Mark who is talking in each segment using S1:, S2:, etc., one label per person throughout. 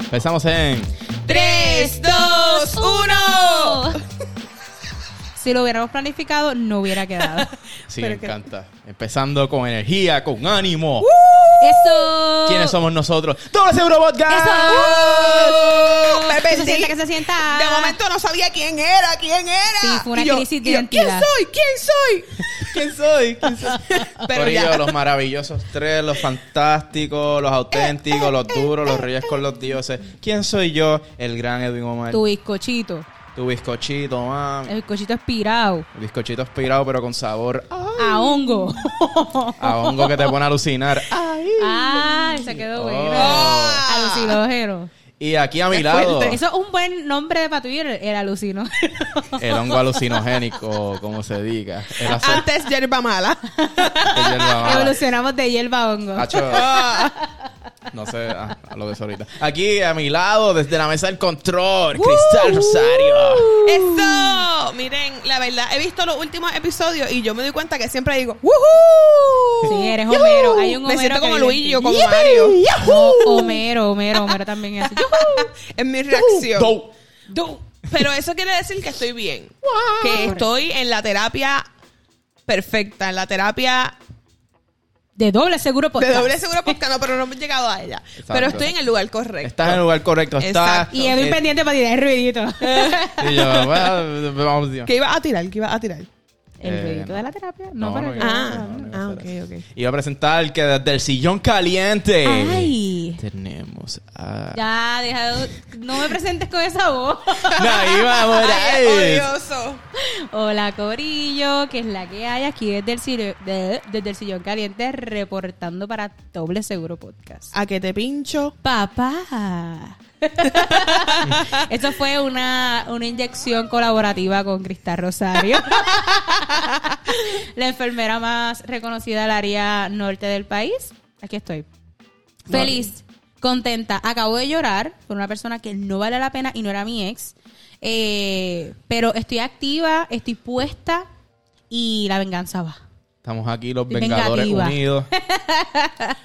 S1: Empezamos en.
S2: 3, 2, 1.
S3: Si lo hubiéramos planificado, no hubiera quedado.
S1: Sí,
S3: Pero
S1: me
S3: que- Uh.
S1: encanta. Empezando con energía, con ánimo.
S2: Eso.
S1: ¿Quiénes somos nosotros? ¡Doble Euro Podcast! Uh.
S2: Eso.
S3: Que se sienta, que se sienta.
S2: De momento
S3: no sabía quién era, quién era. Sí, fue una
S2: Y yo-
S3: crisis de
S2: y yo,
S3: identidad.
S2: ¿Quién soy?
S1: ¿Quién soy? ¿Quién soy?
S2: Pero
S1: Corillo,
S2: ya.
S1: los maravillosos tres, los fantásticos, los auténticos, los duros, los reyes con los dioses. ¿Quién soy yo? El gran Edwin Omar.
S3: Tu
S1: Tu,
S3: bizcochito.
S1: bizcochito, mami.
S3: El bizcochito espirado.
S1: Bizcochito aspirado, pero con sabor a-
S3: A hongo.
S1: a hongo que te pone a alucinar. Ay.
S3: ah, se quedó bueno.
S2: Ah.
S1: Oh.
S3: Alucinógeno.
S1: Y aquí a mi lado,
S3: Eso es un buen nombre de patrullero, el alucinógeno.
S1: el hongo alucinogénico, como se diga. El ace-
S2: Antes yerba mala.
S1: de hierba mala.
S3: Evolucionamos de hierba a hongo.
S1: Hacho, no sé a, a lo de eso ahorita. Aquí a mi lado, desde la mesa del control, Cristal Rosario.
S2: Eso. Miren, la verdad, he visto los últimos episodios y yo me doy cuenta que siempre digo, ¡Woohoo!
S3: Sí, eres Homero.
S2: Yuhu.
S3: Hay un
S2: Me
S3: Homero
S2: siento
S3: que
S2: como
S3: vive en
S2: Luigi
S3: ti.
S2: o como Mario.
S3: No, Homero, Homero, Homero también es así.
S2: Es mi reacción.
S1: Dope.
S2: Du. Pero eso quiere decir que estoy bien. Que estoy en la terapia perfecta, en la terapia
S3: De doble seguro
S2: de
S3: podcast.
S2: doble seguro porque no, pero no hemos llegado a ella. Pero estoy en el lugar correcto.
S1: Estás en el lugar correcto. Estás.
S2: Exacto.
S3: Y Edwin
S1: eh,
S3: pendiente para tirar el ruidito.
S1: y yo, bueno, vamos, tío.
S2: ¿Qué ibas a tirar? ¿Qué ibas a tirar?
S3: ¿El
S1: Eh,
S3: ruidito
S1: no.
S3: de la terapia? No,
S1: No,
S3: para
S1: no,
S3: que-
S1: yo-
S2: Ah,
S1: no, no,
S2: ah,
S1: no,
S2: ok,
S1: espera.
S2: ok.
S1: Iba a presentar que desde el sillón caliente.
S3: Ay.
S1: Tenemos a.
S3: Ya, deja de... No me presentes con esa voz.
S1: Naiva
S2: Ay,
S1: Morales.
S2: odioso.
S3: Hola, Corillo, que es la que hay aquí desde el, sillón, de- desde el sillón caliente reportando para Doble Seguro Podcast.
S2: A que te pincho.
S3: Papá. Eso fue una, una inyección colaborativa con Cristal Rosario. la enfermera más reconocida del área norte del país. Aquí estoy. Feliz, contenta. Acabo de llorar por una persona que no vale la pena y no era mi ex. Eh, pero estoy activa, estoy puesta y la venganza va.
S1: Estamos aquí, los
S3: Estoy
S1: Vengadores
S3: vengativa.
S1: Unidos.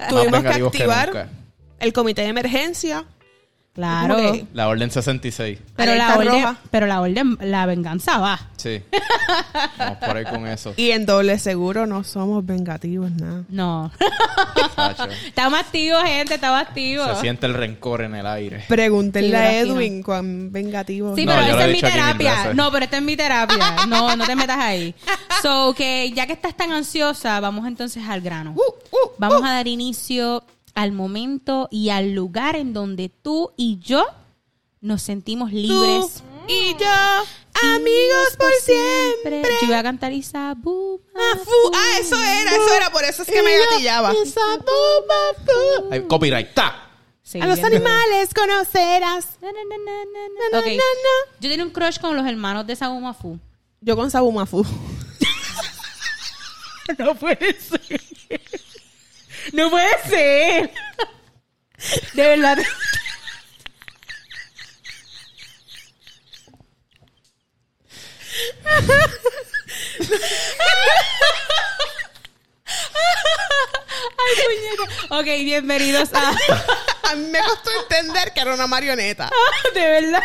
S2: Tuvimos que
S1: vengativos que
S2: activar
S1: nunca.
S2: el comité de emergencia.
S3: Claro.
S2: ¿Cómo que?
S1: La Orden 66.
S3: Pero la,
S2: Alerta
S3: orden,
S2: roja.
S3: pero la orden, la venganza va.
S1: Sí. Vamos por ahí con eso.
S2: Y en doble seguro no somos vengativos, nada.
S3: No.
S1: Sacho.
S3: Estamos activos, gente, estamos activos.
S1: Se siente el rencor en el aire.
S2: Pregúntenle
S3: Sí,
S2: a
S3: gracias.
S2: Edwin cuán vengativo.
S3: Sí,
S1: No,
S3: pero
S1: yo lo he
S3: esta es mi
S1: dicho aquí mil
S3: terapia.
S1: veces.
S3: No, pero esta es mi terapia. No, no te metas ahí. So, que ya que estás tan ansiosa, vamos entonces al grano.
S2: Uh,
S3: Vamos a dar inicio al momento y al lugar en donde tú y yo nos sentimos libres.
S2: y yo, amigos por siempre.
S3: Yo voy a cantar Isa Boo,
S2: Ah, fu- ah, eso era, eso era, por eso es que me gatillaba.
S1: Ay, copyright. ¡Ta!
S3: Sí,
S2: A los
S3: bien.
S2: animales conocerás.
S3: Na, na, na, na, na, na.
S2: Na, na,
S3: Ok.
S2: na, na.
S3: Yo tenía un crush con los hermanos de Sabuma Fu.
S2: Yo con Sabumafu.
S3: No puede ser. No puede ser. De verdad. Ay, puñeta. Ok, bienvenidos a.
S2: A mí me costó entender que era una marioneta.
S3: De verdad.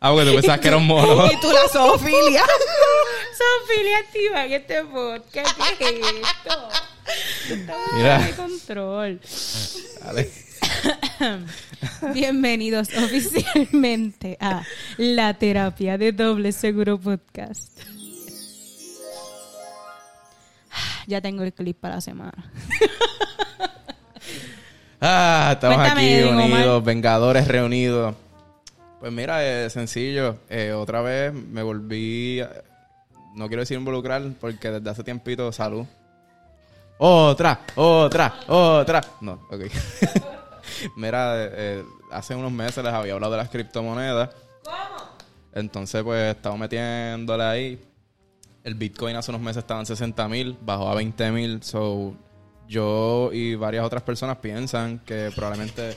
S1: Ah, porque tú pensabas que era un mono.
S2: Y tú la zoofilia.
S3: Son filia activa en este podcast. ¿Qué es esto? Estamos
S1: Mira.
S3: fuera de control.
S1: Dale.
S3: Bienvenidos oficialmente a La Terapia de Doble Seguro Podcast. Ya tengo el clip para la semana.
S1: Ah, estamos
S3: Cuéntame,
S1: aquí
S3: Edwin Omar.
S1: unidos, Vengadores reunidos. Pues mira, eh, sencillo. eh, otra vez me volví. a- No quiero decir involucrar porque desde hace tiempito, salud. Otra, otra, otra. No, ok. mira, eh, eh, hace unos meses les había hablado de las criptomonedas. Entonces, pues estamos metiéndole ahí. El Bitcoin hace unos meses estaba en 60 mil, bajó a 20 mil. So, yo y varias otras personas piensan que probablemente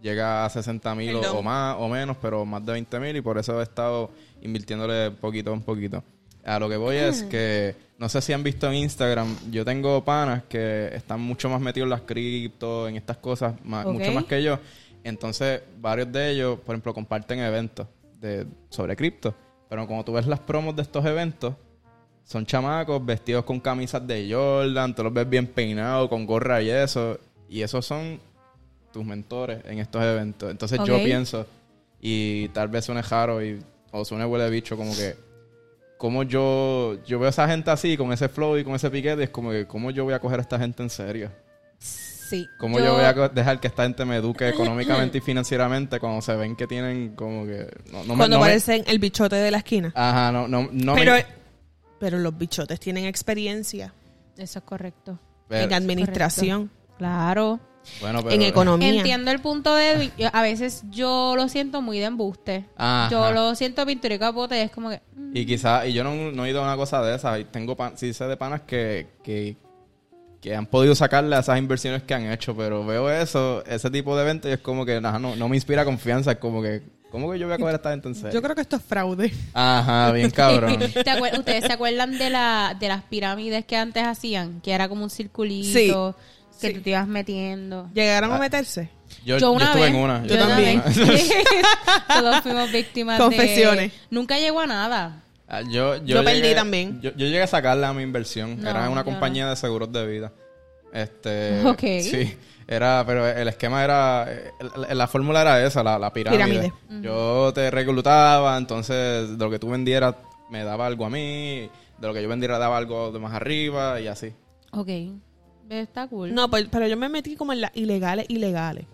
S1: llega a 60 mil o,
S2: Perdón.
S1: o más o menos, pero más de 20 mil. Y por eso he estado invirtiéndole poquito a poquito. A lo que voy es que no sé si han visto en Instagram, yo tengo panas que están mucho más metidos en las cripto, en estas cosas, más-
S3: Ok.
S1: mucho más que yo. Entonces, varios de ellos, por ejemplo, comparten eventos de, sobre cripto. Pero cuando tú ves las promos de estos eventos, son chamacos vestidos con camisas de Jordan, tú los ves bien peinados, con gorra y eso. Y esos son tus mentores en estos eventos. Entonces
S3: Ok.
S1: yo pienso, y tal vez suene jaro y, o suene huele de bicho, como que, como yo, yo veo a esa gente así, con ese flow y con ese piquete, y es como que, ¿cómo yo voy a coger a esta gente en serio?
S3: Sí.
S1: ¿Cómo yo, voy a co- dejar que esta gente me eduque económicamente y financieramente cuando se ven que tienen como que... No, no me-
S2: Cuando
S1: no me-
S2: parecen el bichote de la esquina.
S1: Ajá, no, no, no me-
S2: pero, pero los bichotes tienen experiencia
S3: Eso es correcto.
S1: pero-
S2: en administración,
S3: Claro.
S1: bueno, pero- eh,
S2: en economía.
S3: Entiendo el punto de Edwin. Yo- A veces yo lo siento muy de embuste.
S1: Ajá.
S3: Yo lo siento pintoresco a bote. Es como que. mm,
S1: Y quizás, y yo no, no he ido a una cosa de esas. Y tengo, pan, sí sé de panas que, que, que han podido sacarle a esas inversiones que han hecho, pero veo eso, ese tipo de eventos y es como que ajá, no, no me inspira confianza. Es como que, ¿cómo que yo voy a coger a esta gente en serio?
S2: Yo creo que esto es fraude.
S1: Ajá, bien cabrón.
S3: ¿Te acuer- ¿Ustedes se acuerdan de, la, de las pirámides que antes hacían? Que era como un circulito que
S2: Sí.
S3: tú te ibas metiendo.
S2: ¿Llegaron
S1: Ah.
S2: a meterse?
S1: Yo, yo estuve en una.
S3: yo
S1: yo
S3: una
S1: también.
S3: vez. Todos fuimos víctimas de-
S2: Confesiones.
S3: Nunca llegó a nada.
S1: Ah, yo, yo,
S2: Yo perdí
S1: llegué-
S2: también.
S1: Yo, yo llegué a sacarla a mi inversión.
S3: No,
S1: era en una
S3: yo
S1: compañía de seguros de vida. Este.
S3: Ok.
S1: Sí. Era, pero el esquema era. el- la fórmula era esa, la, la pirámide.
S2: Pirámide.
S1: Yo te reclutaba, entonces de lo que tú vendieras me daba algo a mí, de lo que yo vendiera daba algo de más arriba y así.
S3: Ok. Está cool.
S2: No, pero, pero yo me metí como en las ilegales, ilegales.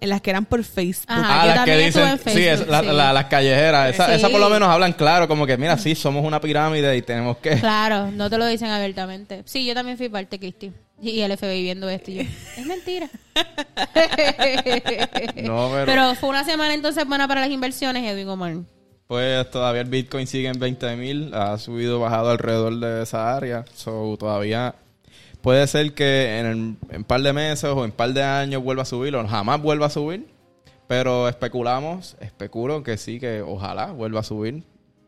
S2: En las que eran por Facebook.
S3: Ajá. Ah, yo también estuve en
S1: sí, es-
S3: Facebook,
S1: la-
S3: sí.
S1: la- las callejeras, esa,
S3: Sí.
S1: esa por lo menos hablan claro, como que mira, sí, somos una pirámide y tenemos que...
S3: Claro, no te lo dicen abiertamente. Sí, yo también fui parte, Cristi. Y y el FBI viendo esto y yo, es mentira.
S1: No, pero-
S3: fue una semana entonces buena para las inversiones, Edwin Omar.
S1: Pues todavía el Bitcoin sigue en 20 mil, ha subido, bajado alrededor de esa área. So, todavía puede ser que en un par de meses o en par de años vuelva a subir o jamás vuelva a subir. Pero especulamos, especulo que sí, que ojalá vuelva a subir.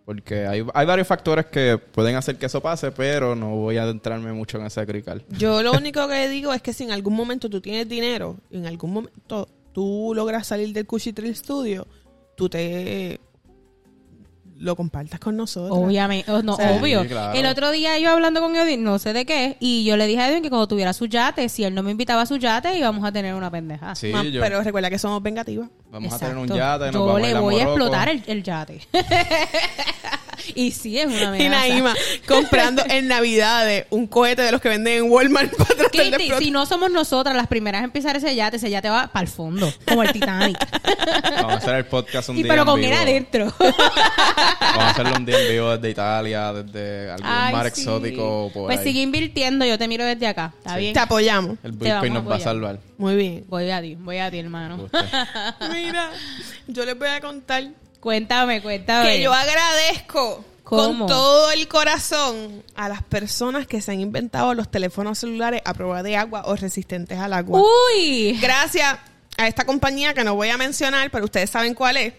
S1: Porque hay, hay varios factores que pueden hacer que eso pase, pero no voy a adentrarme mucho en ese crical.
S2: Yo lo único que digo es que si en algún momento tú tienes dinero, en algún momento tú logras salir del Cuchitril Studio, tú te lo compartas con nosotros.
S3: Obviamente, oh, no,
S2: Sí,
S3: obvio.
S1: claro.
S3: El otro día yo hablando con Edwin, no sé de qué, y yo le dije a Edwin que cuando tuviera su yate, si él no me invitaba a su yate, íbamos a tener una pendeja.
S1: Sí,
S2: Ma-
S1: yo-
S2: Pero recuerda que somos vengativas.
S1: vamos a tener un
S3: Exacto.
S1: yate, nos
S3: Yo
S1: vamos a
S3: le
S1: ir a
S3: voy a
S1: Morocco.
S3: explotar el, el yate. y sí, es una
S2: Y
S3: amenaza.
S2: Naima comprando en Navidades un cohete de los que venden en Walmart para tratar de
S3: Katie,
S2: explotar.
S3: si no somos nosotras las primeras a empezar ese yate, ese yate va para el fondo, como el Titanic.
S1: Vamos a hacer el podcast un
S3: y
S1: día
S3: pero
S1: en
S3: con
S1: vivo.
S3: él adentro.
S1: Vamos a hacerlo un día en vivo desde Italia, desde algún
S3: Ay,
S1: mar
S3: sí.
S1: exótico. Por
S3: pues
S1: ahí.
S3: sigue invirtiendo, yo te miro desde acá. Está bien.
S2: Te apoyamos.
S1: El
S3: Te
S1: Bitcoin nos
S3: vamos a
S1: va a
S3: apoyar.
S1: salvar.
S2: Muy bien.
S3: Voy a ti, voy a ti, hermano.
S2: Mira, yo les voy a contar
S3: Cuéntame, cuéntame.
S2: que yo agradezco
S3: ¿Cómo?
S2: con todo el corazón a las personas que se han inventado los teléfonos celulares a prueba de agua o resistentes al agua.
S3: Uh. Uy,
S2: Gracias a esta compañía que no voy a mencionar, pero ustedes saben cuál es.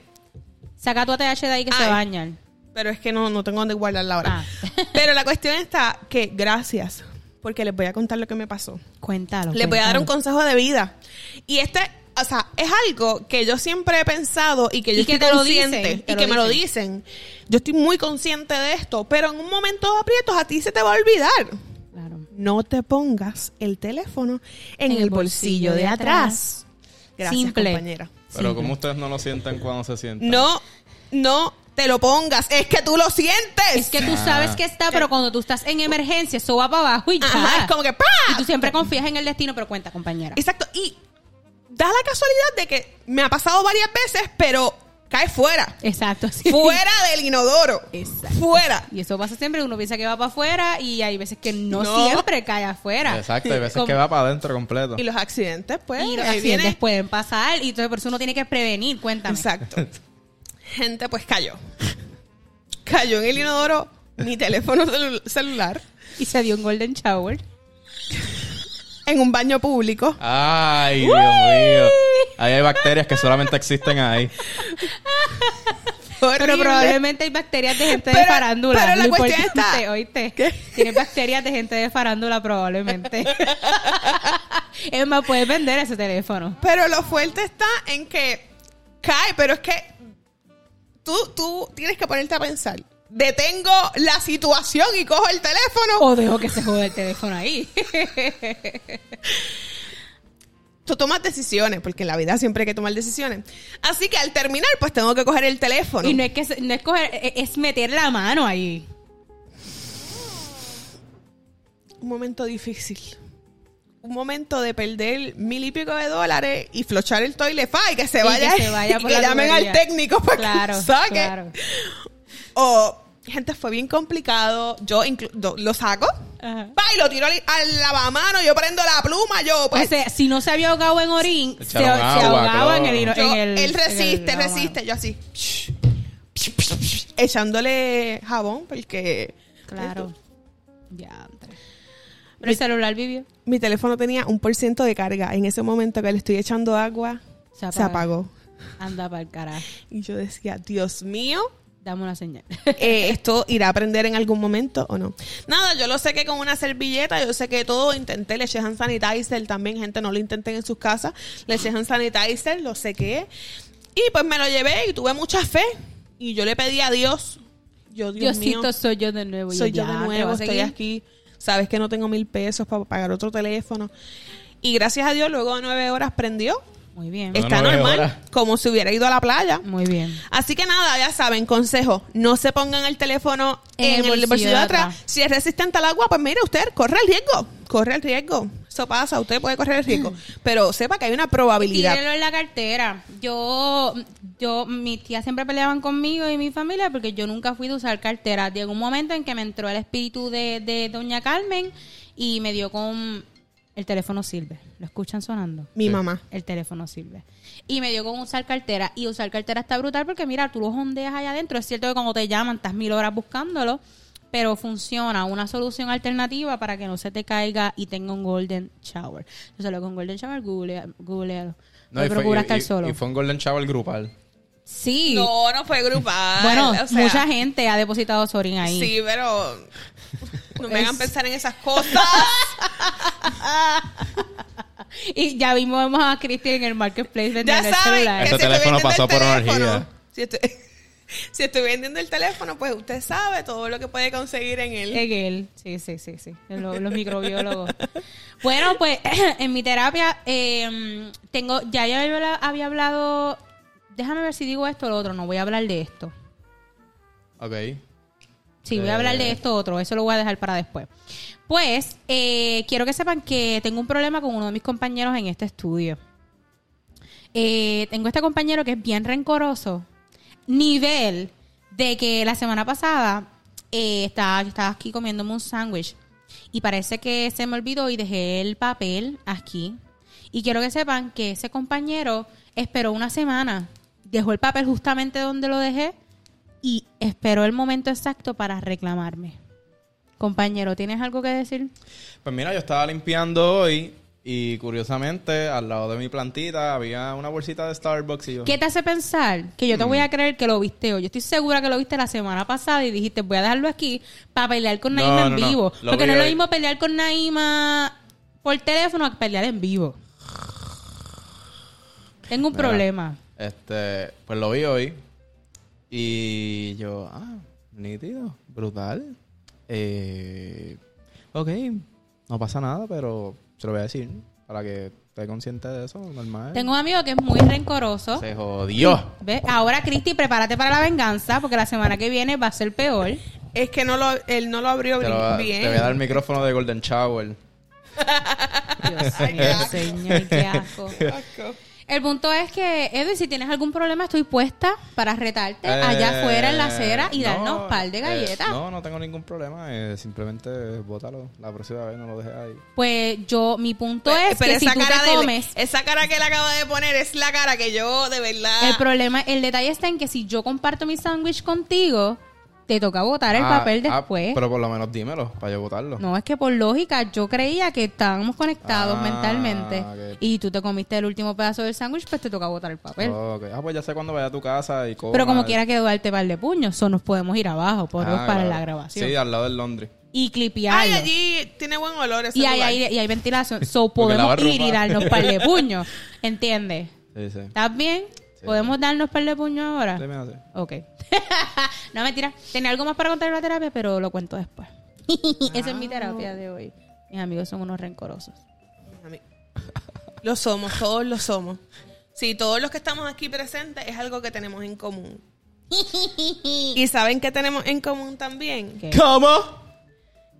S3: saca tu ATH de ahí que se
S2: Ay.
S3: bañan.
S2: Pero es que no, no tengo dónde guardarla ahora.
S3: Ah.
S2: Pero la cuestión está que gracias, porque les voy a contar lo que me pasó.
S3: Cuéntalo.
S2: Les voy a dar un
S3: cuéntalo.
S2: consejo de vida. Y este, o sea, es algo que yo siempre he pensado y que yo
S3: Y
S2: estoy
S3: que te lo
S2: consciente
S3: dicen, te
S2: y
S3: lo
S2: que me lo dicen. Yo estoy muy consciente de esto, pero en un momento de aprietos a ti se te va a olvidar.
S3: Claro.
S2: No te pongas el teléfono en, el bolsillo, de atrás. Gracias,
S3: Simple.
S2: compañera.
S1: Pero como ustedes no lo sientan cuando se sientan.
S2: No, no te lo pongas, es que tú lo sientes.
S3: Es que tú sabes que está, pero cuando tú estás en emergencia, eso va para abajo y ya.
S2: Ajá, es como que ¡pa!
S3: Y tú siempre confías en el destino, pero cuenta, compañera.
S2: Exacto. Y da la casualidad de que me ha pasado varias veces, pero cae fuera.
S3: Exacto. sí.
S2: Fuera del inodoro.
S3: Exacto.
S2: Fuera.
S3: Y eso pasa siempre, uno piensa que va para afuera y hay veces que no,
S2: No.
S3: siempre cae afuera.
S1: Exacto, hay veces
S3: Como-
S1: que va para adentro completo.
S2: Y los accidentes, pues.
S3: Y los
S2: ahí
S3: accidentes
S2: viene.
S3: pueden pasar y entonces por eso uno tiene que prevenir, cuéntame.
S2: Exacto. Gente, pues cayó. Cayó en el inodoro mi teléfono celu- celular
S3: Y se dio un golden shower.
S2: en un baño público.
S1: Ay, Dios mío. Ahí hay bacterias que solamente existen ahí.
S2: Horrible.
S3: Pero probablemente hay bacterias de gente de
S2: Pero-
S3: farándula.
S2: pero la
S3: Lo
S2: cuestión
S3: importante,
S2: está-
S3: Oíste, tienes bacterias de gente de farándula probablemente. Es más, puedes vender ese teléfono.
S2: Pero lo fuerte está en que cae, pero es que tú, tú tienes que ponerte a pensar. Detengo la situación y cojo el teléfono.
S3: O dejo que se joda el teléfono ahí.
S2: Tú tomas decisiones, porque en la vida siempre hay que tomar decisiones. Así que al terminar, pues tengo que coger el teléfono.
S3: Y no es que se- no es coger, e- es meter la mano ahí.
S2: Un momento difícil. Un momento de perder mil y pico de dólares y flochar el toile fa y que se
S3: Y
S2: vaya.
S3: que se vaya por
S2: y que
S3: la
S2: llamen
S3: tubería.
S2: al técnico para que
S3: Claro,
S2: lo saque.
S3: claro.
S2: O, gente, fue bien complicado. Yo inclu- do- lo saco.
S3: Ajá.
S2: Va y lo tiro al, al lavamanos. Yo prendo la pluma. Yo,
S3: O
S2: pues.
S3: sea, si no se había ahogado en orín, se,
S1: Echaron
S3: se
S1: agua,
S3: ahogaba en
S1: claro.
S3: el, hino-
S2: yo-
S3: en el-
S2: él
S3: en
S2: resiste,
S3: el-
S2: resiste. Yo así. Echándole jabón porque.
S3: Claro. Ya. Pero el celular vivió.
S2: Mi teléfono tenía un por ciento de carga. En ese momento que le estoy echando agua,
S3: Se
S2: se apagó.
S3: Anda para el carajo.
S2: Y yo decía, Dios mío,
S3: Dame una señal.
S2: eh, esto irá a prender en algún momento o no. Nada, yo lo sé que con una servilleta, yo sé que todo, intenté leche hand sanitizer también, gente, no lo intenten en sus casas. Leche hand sanitizer, lo sé que Y pues me lo llevé y tuve mucha fe. Y yo le pedí a Dios, yo, Dios
S3: Diosito,
S2: mío,
S3: soy yo de nuevo. Y
S2: soy yo
S3: ya,
S2: de
S3: te
S2: nuevo,
S3: vas a
S2: estoy
S3: seguir.
S2: aquí. Sabes que no tengo mil pesos para pagar otro teléfono. Y gracias a Dios, luego de nueve horas prendió.
S3: Muy bien.
S1: Es-
S2: Está
S1: nueve
S2: normal,
S1: horas.
S2: como si hubiera ido a la playa.
S3: Muy bien.
S2: Así que nada, ya saben, consejo, no se pongan el teléfono en, el, bolsillo, de atrás. Si es resistente al agua, pues mire, usted corre el riesgo, corre el riesgo. Eso pasa, usted puede correr el riesgo, pero sepa que hay una probabilidad.
S3: Tírelo Mm. en la cartera. Yo, yo, mis tías siempre peleaban conmigo y mi familia porque yo nunca fui de usar cartera. Llegó un momento en que me entró el espíritu de, de Doña Carmen y me dio con el teléfono sirve. ¿Lo escuchan sonando?
S2: Mi
S1: Sí.
S2: mamá.
S3: El teléfono sirve. Y me dio con usar cartera. Y usar cartera está brutal porque, mira, tú lo ondeas allá adentro. Es cierto que cuando te llaman, estás mil horas buscándolo. Pero funciona una solución alternativa para que no se te caiga y tenga un golden shower. Yo solo con golden shower, googlea- googlealo. No,
S1: y fue-
S3: procura
S1: y-
S3: estar
S1: y-
S3: solo.
S1: Y fue un Golden Shower grupal.
S3: Sí.
S2: No, no fue grupal.
S3: bueno,
S2: o sea,
S3: mucha gente ha depositado Sorin ahí.
S2: Sí, pero no me hagan
S3: Es-
S2: pensar en esas cosas.
S3: Y ya vimos vamos a Cristian en el marketplace vendiendo
S2: ya
S3: el
S2: saben
S3: celular.
S2: que
S1: Ese
S2: si estoy
S1: teléfono
S2: vendiendo
S1: pasó
S2: el
S1: por una
S2: teléfono,
S1: orgía.
S2: Si estoy, si estoy vendiendo el teléfono, pues usted sabe todo lo que puede conseguir en él.
S3: Hegel, sí, sí, sí, sí. Lo- Los, microbiólogos. Bueno, pues en mi terapia eh, tengo, ya yo había- había hablado, déjame ver si digo esto o lo otro, no voy a hablar de esto.
S1: Ok.
S3: Sí, voy a hablar de esto otro, eso lo voy a dejar para después. Pues, eh, quiero que sepan que tengo un problema con uno de mis compañeros en este estudio. Eh, tengo este compañero que es bien rencoroso, nivel de que la semana pasada eh, estaba, yo estaba aquí comiéndome un sándwich y parece que se me olvidó y dejé el papel aquí. Y quiero que sepan que ese compañero esperó una semana, dejó el papel justamente donde lo dejé y esperó el momento exacto para reclamarme. Compañero, ¿tienes algo que decir?
S1: Pues mira, yo estaba limpiando hoy y curiosamente al lado de mi plantita había una bolsita de Starbucks y yo.
S3: ¿Qué te hace pensar que yo te voy
S1: Mm.
S3: a creer que lo viste hoy? Yo estoy segura que lo viste la semana pasada y dijiste, voy a dejarlo aquí para pelear con
S1: No,
S3: Naima en
S1: no, no.
S3: vivo.
S1: Lo
S3: Porque
S1: vi
S3: no es lo
S1: hoy.
S3: mismo pelear con Naima por teléfono que pelear en vivo. Tengo un
S1: Mira.
S3: problema.
S1: Este, pues lo vi hoy. Y yo, ah, nítido, brutal. Eh, ok, no pasa nada, pero se lo voy a decir para que esté consciente de eso, normal.
S3: Tengo un amigo que es muy rencoroso.
S1: Se jodió.
S3: ¿Ves? Ahora, Cristi, prepárate para la venganza porque la semana que viene va a ser peor.
S2: Es que no lo, él no lo abrió
S1: Te, lo va-
S2: bien.
S1: te voy a dar el micrófono de Golden Shower.
S3: Dios mío, señor, qué asco. El punto es que, Edwin, si tienes algún problema, estoy puesta para retarte allá
S1: Eh,
S3: afuera en la acera y
S1: no,
S3: darnos par de
S1: eh,
S3: galletas.
S1: no, no tengo ningún problema. eh, simplemente bótalo. La próxima vez no lo dejes ahí.
S3: Pues yo, mi punto
S1: Pues,
S3: es
S2: Pero
S3: que si tú te
S2: de-
S3: comes,
S2: esa cara que él acaba de poner es la cara que yo de
S1: Ah.
S2: verdad.
S3: el problema, el detalle está en que si yo comparto mi sándwich contigo, te toca botar el
S1: Ah,
S3: papel
S1: ah,
S3: después.
S1: pero por lo menos dímelo para yo botarlo.
S3: No, es que por lógica yo creía que estábamos conectados
S1: Ah,
S3: mentalmente
S1: ok.
S3: y tú te comiste el último pedazo del sándwich, pues te toca botar el papel.
S1: Ok. Ah, pues ya sé cuando vaya a tu casa y coma.
S3: Pero como quiera que darte par de puños, so nos podemos ir abajo, por
S1: Ah,
S3: Dios, para
S1: claro.
S3: la grabación.
S1: Sí, al lado del Londres.
S3: y clipearlo.
S2: Ay, allí tiene buen olor ese
S3: y, hay,
S2: lugar.
S3: aire- y hay ventilación. So
S1: Porque la
S3: podemos
S1: barra
S3: ir y
S1: humana.
S3: darnos par de puños. ¿Entiendes?
S1: Sí, sí.
S3: ¿Estás bien?
S1: Sí.
S3: ¿Podemos darnos par de puños ahora?
S1: Sí, me hace.
S3: Ok. no, mentira. Tenía algo más para contar en la terapia, pero lo cuento después. Esa es mi terapia de hoy. Mis amigos son unos rencorosos.
S2: A mí. Lo somos, todos lo somos. Sí, todos los que estamos aquí presentes es algo que tenemos en común. y saben que tenemos en común también
S3: ¿Qué?
S1: ¿Cómo?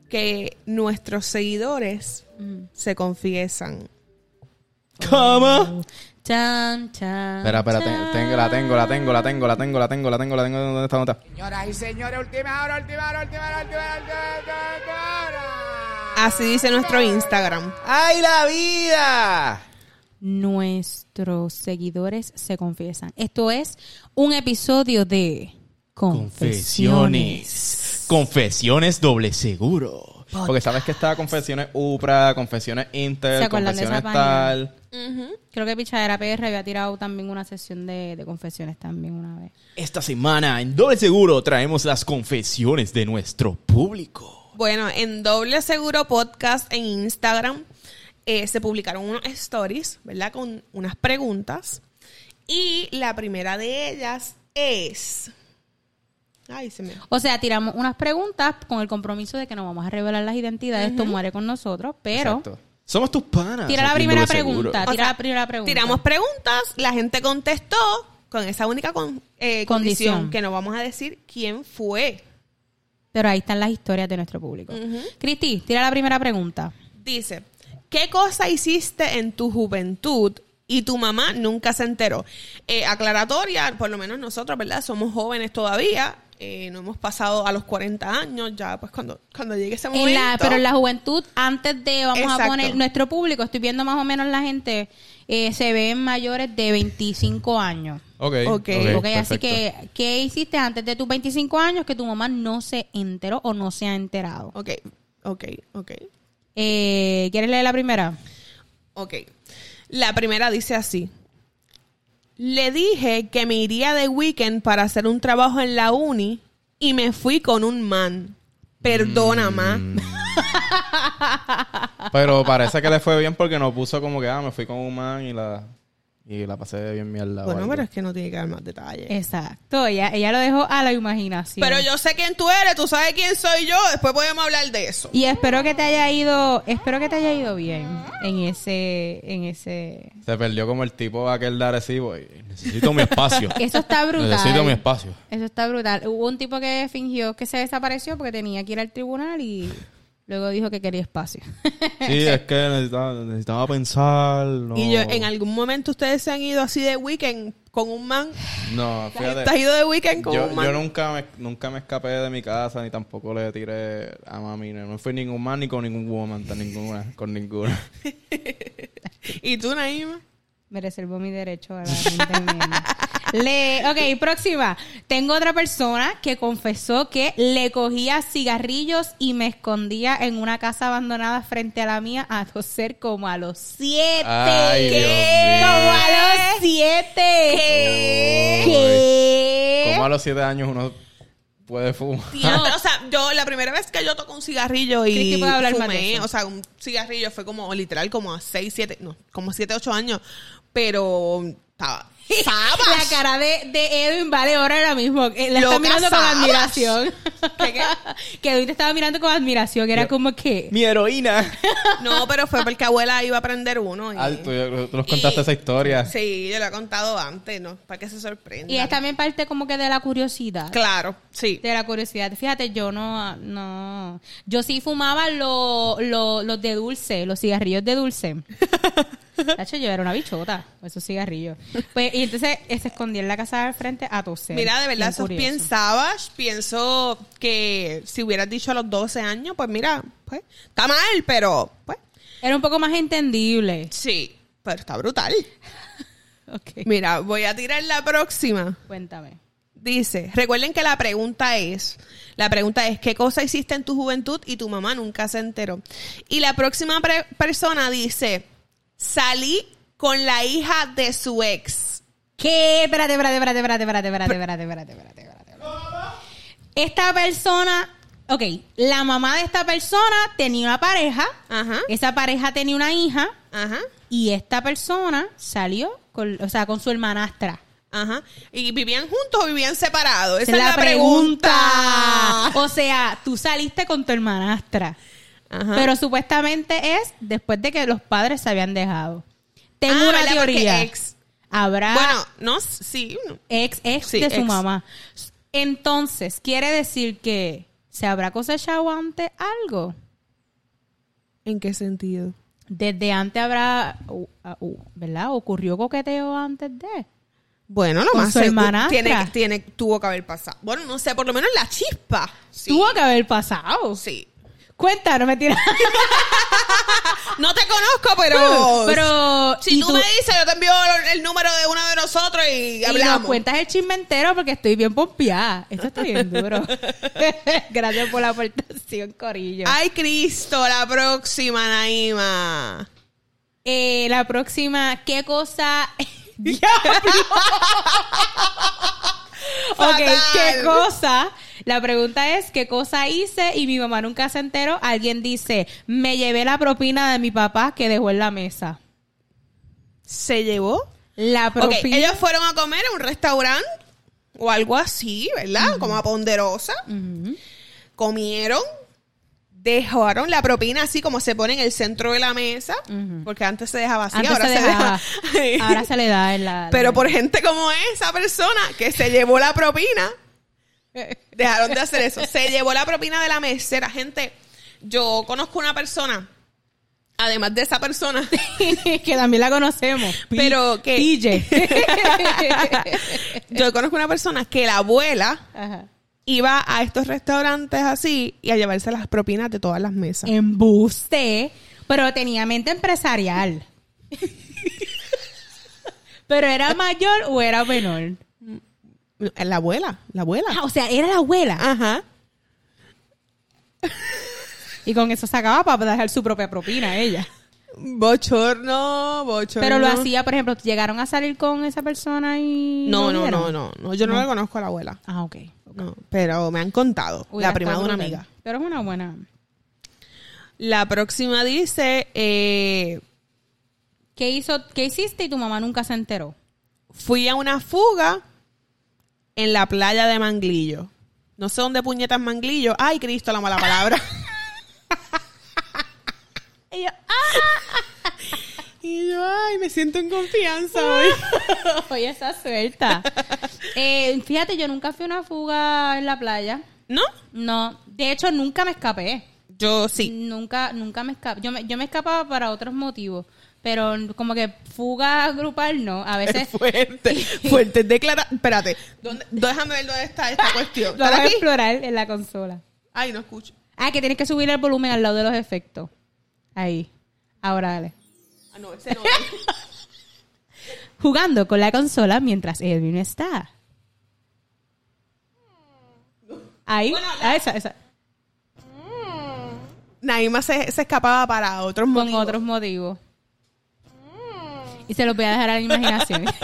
S2: que nuestros seguidores
S3: Mm.
S2: se confiesan.
S1: ¿Cómo?
S3: Chan, chan.
S1: Espera, espera,
S3: chan.
S1: ten- tengo- la tengo, la tengo, la tengo, la tengo, la tengo, la tengo, la tengo. ¿Dónde está? ¿Dónde está?
S4: Señoras y señores, última hora, última hora, última hora, última hora, última hora.
S2: Así dice nuestro Instagram.
S1: ¡Ay, la vida!
S3: Nuestros seguidores se confiesan. Esto es un episodio de Confesiones.
S1: Confesiones. Confesiones doble seguro. Porque sabes que está confesiones Upra, confesiones
S3: ¿Se
S1: Inter,
S3: acuerdan de esa
S1: confesiones
S3: página?
S1: tal.
S3: Creo que Pichadera PR había tirado también una sesión de, de confesiones también una vez.
S1: Esta semana en doble seguro traemos las confesiones de nuestro público.
S2: Bueno, en Doble Seguro Podcast en Instagram eh, se publicaron unos stories, ¿verdad? Con unas preguntas. Y la primera de ellas es... Ay, se me...
S3: O sea, tiramos unas preguntas con el compromiso de que no vamos a revelar las identidades, tú muere con nosotros, pero
S1: Exacto. Ah, Somos tus panas.
S3: tira la
S1: aquí en
S3: primera
S1: Doble Seguro.
S3: pregunta,
S2: O
S3: tira
S2: sea,
S3: la primera pregunta.
S2: Tiramos preguntas, la gente contestó con esa única con- eh, condición,
S3: Condición.
S2: que no vamos a decir quién fue.
S3: Pero ahí están las historias de nuestro público. Cristi, tira la primera pregunta.
S2: Dice, ¿qué cosa hiciste en tu juventud y tu mamá nunca se enteró? Eh, aclaratoria, por lo menos nosotros, ¿verdad? Somos jóvenes todavía, eh, no hemos pasado a los 40 años, ya pues cuando, cuando llegue ese momento.
S3: En la, pero en la juventud, antes de, vamos a
S2: Exacto.
S3: poner nuestro público, estoy viendo más o menos la gente, eh, se ven mayores de 25 años.
S1: Ok.
S2: Ok,
S3: Ok,
S2: ok,
S3: así
S1: perfecto.
S3: que, ¿qué hiciste antes de tus 25 años que tu mamá no se enteró o no se ha enterado?
S2: Ok, ok, ok.
S3: Eh, ¿Quieres leer la primera?
S2: Ok. La primera dice así. Le dije que me iría de weekend para hacer un trabajo en la uni y me fui con un man. Perdona, ma.
S1: Pero parece que le fue bien porque no puso como que, ah, me fui con un man y la, y la pasé bien mierda. o
S2: Bueno,
S1: algo.
S2: pero es que no tiene que dar más detalles.
S3: Exacto, ella, ella lo dejó a la imaginación.
S2: Pero yo sé quién tú eres, tú sabes quién soy yo, después podemos hablar de eso.
S3: Y espero que te haya ido, espero que te haya ido bien en ese, en ese.
S1: Se perdió como el tipo aquel de Arecibo. y, Necesito mi espacio.
S3: Eso está brutal.
S1: Necesito mi espacio.
S3: Eso está brutal. Hubo un tipo que fingió que se desapareció porque tenía que ir al tribunal y luego dijo que quería espacio.
S1: Sí, es que necesitaba, necesitaba pensar. No.
S2: Y yo, en algún momento ustedes se han ido así de weekend con un man.
S1: No,
S2: ¿Te has
S1: fíjate.
S2: ido de weekend con
S1: Yo,
S2: un man?
S1: yo nunca, me, nunca me escapé de mi casa ni tampoco le tiré a mami. No fui ningún man ni con ningún woman, tan ninguna, con ninguna.
S2: ¿Y tú, Naima?
S3: Me reservo mi derecho a la quinta enmienda. Le, ok, próxima. Tengo otra persona que confesó que le cogía cigarrillos y me escondía en una casa abandonada frente a la mía a toser como a los siete.
S1: Ay, Dios
S3: ¿Qué?
S1: mío.
S3: Como a los siete. ¿Qué?
S1: Como a los siete años uno puede fumar.
S2: No, o sea, yo la primera vez que yo toco un cigarrillo
S3: Cristi
S2: y
S3: puede hablar más de
S2: fumé,
S3: eso.
S2: o sea, un cigarrillo fue como literal como a 6, 7, no, como 7, 8 años, pero estaba
S3: La
S2: sabas.
S3: cara de, de Edwin vale ahora ahora mismo. Eh, La
S2: Loca,
S3: está mirando con
S2: ¿sabes?
S3: admiración. Que Edwin te estaba mirando con admiración. Era como que.
S1: Mi heroína.
S2: No, pero fue porque abuela iba a prender uno y
S1: Alto, yo- tú nos contaste
S2: Y-
S1: esa historia.
S2: Sí, yo lo he contado antes, no, para que se sorprenda.
S3: Y es también parte como que de la curiosidad.
S2: Claro, sí.
S3: De la curiosidad. Fíjate, yo no. no Yo sí fumaba lo- lo- los de dulce, los cigarrillos de dulce. Tacho, yo era una bichota, con esos cigarrillos. Pues, y entonces eh, se escondía en la casa del frente a toser.
S2: Mira, de verdad, eso es
S3: Bien
S2: Este, bien
S3: curioso.
S2: savage. Pienso que si hubieras dicho a los 12 años, pues mira, pues está mal, pero pues
S3: Era un poco más entendible.
S2: sí, pero está brutal.
S3: Ok.
S2: Mira, voy a tirar la próxima.
S3: Cuéntame.
S2: Dice, recuerden que la pregunta es, la pregunta es, ¿qué cosa hiciste en tu juventud y tu mamá nunca se enteró? Y la próxima pre- persona dice, salí con la hija de su ex.
S3: ¿Qué? Espérate, espérate, espérate, espérate, espérate, espérate, espérate, espérate, espérate, espérate, espérate. Esta persona, Ok, la mamá de esta persona tenía una pareja.
S2: Ajá.
S3: Esa pareja tenía una hija.
S2: Ajá.
S3: Y esta persona salió con, o sea, con su hermanastra.
S2: Ajá. ¿Y vivían juntos o vivían separados? Esa
S3: Esa
S2: es la pregunta.
S3: O sea, tú saliste con tu hermanastra.
S2: Ajá.
S3: Pero supuestamente es después de que los padres se habían dejado. Tengo
S2: Ah,
S3: una
S2: ¿verdad? Porque
S3: teoría.
S2: ex.
S3: Habrá
S2: Bueno, no, sí. no.
S3: ex, ex
S2: Sí,
S3: de su
S2: ex.
S3: mamá. Entonces, quiere decir que se habrá cosechado antes algo.
S2: ¿En qué sentido?
S3: Desde antes habrá, uh, uh, ¿verdad? Ocurrió coqueteo antes de.
S2: Bueno, lo
S3: Con
S2: más
S3: su
S2: seguro-
S3: hermanastra.
S2: tiene, tiene, tuvo que haber pasado. Bueno, no sé, por lo menos la chispa. Sí.
S3: Tuvo que haber pasado.
S2: Sí.
S3: Cuéntanos, me tiras.
S2: No te conozco, pero.
S3: Pero
S2: Si
S3: y
S2: tú, me dices, yo te envío el número de uno de nosotros y
S3: y
S2: hablamos.
S3: nos cuentas el chisme entero porque estoy bien pompeada. Esto está bien duro. Gracias por la aportación, Corillo.
S2: Ay, Cristo, la próxima, Naima.
S3: Eh, la próxima, ¿qué cosa? ¡Diablo! ok,
S2: Fatal.
S3: ¿qué cosa? La pregunta es, ¿qué cosa hice? Y mi mamá nunca se enteró. Alguien dice, me llevé la propina de mi papá que dejó en la mesa.
S2: ¿Se llevó?
S3: La
S2: Ok,
S3: propina.
S2: ellos fueron a comer a un restaurante o algo así, ¿verdad? Como a Ponderosa.
S3: Ujú.
S2: Comieron, dejaron la propina así como se pone en el centro de la mesa,
S3: Ujú.
S2: porque antes se dejaba así,
S3: Antes
S2: ahora
S3: se
S2: se,
S3: dejaba.
S2: deja.
S3: Ahora se le da en la...
S2: Pero por gente como esa persona que se llevó la propina, dejaron de hacer eso. Se llevó la propina de la mesera. Gente, yo conozco una persona, además de esa persona,
S3: que también la conocemos. Pi-
S2: Pero que-
S3: Pille.
S2: yo conozco una persona que la abuela
S3: Ajá.
S2: iba a estos restaurantes así y a llevarse las propinas de todas las mesas.
S3: Embuste, pero tenía mente empresarial. pero era mayor o era menor.
S2: Eh, La abuela, la abuela.
S3: Ah, o sea, era la abuela.
S2: Ajá.
S3: Y con eso sacaba para dejar su propia propina a ella.
S2: Bochorno, bochorno.
S3: Pero lo hacía, por ejemplo, llegaron a salir con esa persona y.
S2: No, no,
S3: vieron?
S2: no, no, no. Yo no, la conozco a la abuela.
S3: Ah, ok.
S2: No, pero me han contado.
S3: Hubiera
S2: la prima de
S3: estado
S2: una
S3: brutal.
S2: amiga.
S3: Pero es una buena.
S2: La próxima dice, eh,
S3: ¿Qué, hizo, ¿Qué hiciste y tu mamá nunca se enteró?
S2: fui a una fuga en la playa de Manglillo. No sé dónde puñetas Manglillo. Ay, Cristo, la mala palabra. y, yo, ¡ah! Y yo, ay, me siento en confianza hoy.
S3: Oye, esa suelta. Eh, fíjate, yo nunca fui a una fuga en la playa.
S2: ¿No?
S3: No, de hecho nunca me escapé.
S2: Yo sí.
S3: Nunca, nunca me escapé. Yo me, yo me escapaba para otros motivos, pero como que fuga grupal no. A veces
S2: Fuerte, fuerte, declara. Espérate, ¿dónde- déjame ver dónde está esta cuestión.
S3: lo vas
S2: ¿Está
S3: a
S2: aquí?
S3: explorar en la consola.
S2: Ay, no escucho.
S3: Ah, que tienes que subir el volumen al lado de los efectos. Ahí. Ahora dale.
S2: Ah, no, ese no.
S3: Jugando con la consola mientras Edwin está. Ahí. Ah, esa, esa.
S2: Naima se, se escapaba para otros
S3: Con
S2: motivos.
S3: otros motivos. Y se los voy a dejar a la imaginación.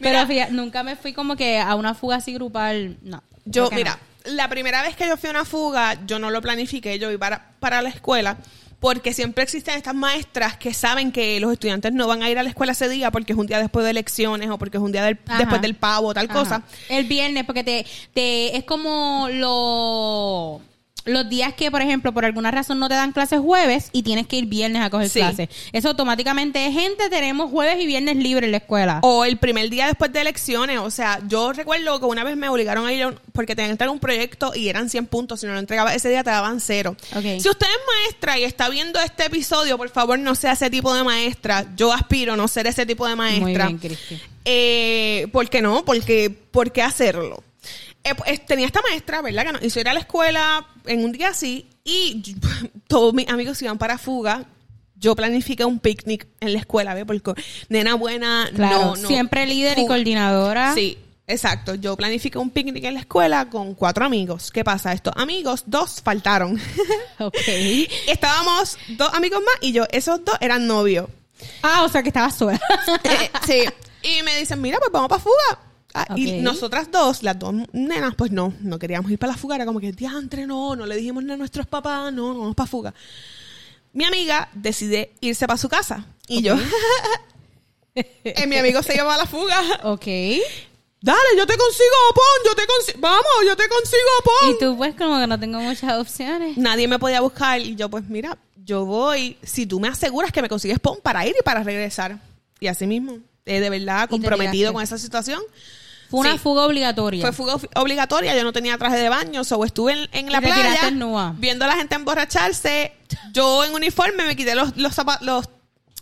S3: Pero fíjate, nunca me fui como que a una fuga así grupal. No. creo
S2: Yo,
S3: que
S2: mira, la primera vez que yo fui a una fuga, yo no lo planifiqué, yo iba para, para la escuela, porque siempre existen estas maestras que saben que los estudiantes no van a ir a la escuela ese día porque es un día después de elecciones o porque es un día del-
S3: Ajá.
S2: después del pavo, tal
S3: Ajá.
S2: cosa.
S3: El viernes, porque te, te es como lo- los días que, por ejemplo, por alguna razón no te dan clases jueves y tienes que ir viernes a coger
S2: Sí.
S3: clases. Eso automáticamente es gente, tenemos jueves y viernes libre en la escuela.
S2: O el primer día después de elecciones, o sea, yo recuerdo que una vez me obligaron a ir a un- porque tenían que entregar un proyecto y eran 100 puntos, si no lo entregaba ese día te daban cero.
S3: Ok.
S2: Si usted es maestra y está viendo este episodio, por favor no sea ese tipo de maestra, yo aspiro a no ser ese tipo de
S3: Muy
S2: maestra.
S3: bien, Cristi.
S2: Eh, ¿Por qué no? Porque, ¿Por qué hacerlo? Eh, pues, tenía esta maestra, ¿verdad? Que nos hizo ir a la escuela en un día así y yo- todos mis amigos iban para fuga. Yo planifiqué un picnic en la escuela, ¿ve? Porque nena buena,
S3: Claro,
S2: no, no.
S3: siempre líder y
S2: Fuga.
S3: coordinadora.
S2: Sí, exacto. Yo planifiqué un picnic en la escuela con cuatro amigos. ¿Qué pasa? Estos amigos, dos faltaron.
S3: Ok.
S2: Estábamos dos amigos más y yo, esos dos eran novios.
S3: Ah, o sea que estaba sola.
S2: Este, Eh, sí. Y me dicen, mira, pues vamos para fuga. Ah, Y
S3: Ok.
S2: nosotras dos, las dos nenas, pues no, no queríamos ir para la fuga. Era como que, diantre, no, no le dijimos ni a nuestros papás, no, no, vamos para fuga. Mi amiga decide irse para su casa. Y yo, eh, mi amigo se lleva a la fuga.
S3: Ok.
S2: Oh.
S3: Y
S2: Dale, yo te consigo pon, yo te consigo, vamos, yo te consigo pon.
S3: tú, pues, como que no tengo muchas opciones.
S2: Nadie me podía buscar y yo, pues mira, yo voy, si tú me aseguras que me consigues pon para ir y para regresar. Y así mismo, eh, de verdad, comprometido
S3: negaste.
S2: con esa situación.
S3: Fue una
S2: Sí.
S3: fuga obligatoria.
S2: Fue fuga of- obligatoria, yo no tenía traje de baño, so estuve en, en la
S3: Y te tiraste
S2: playa
S3: nua.
S2: viendo a la gente emborracharse. Yo en uniforme me quité los, los, zapa- los,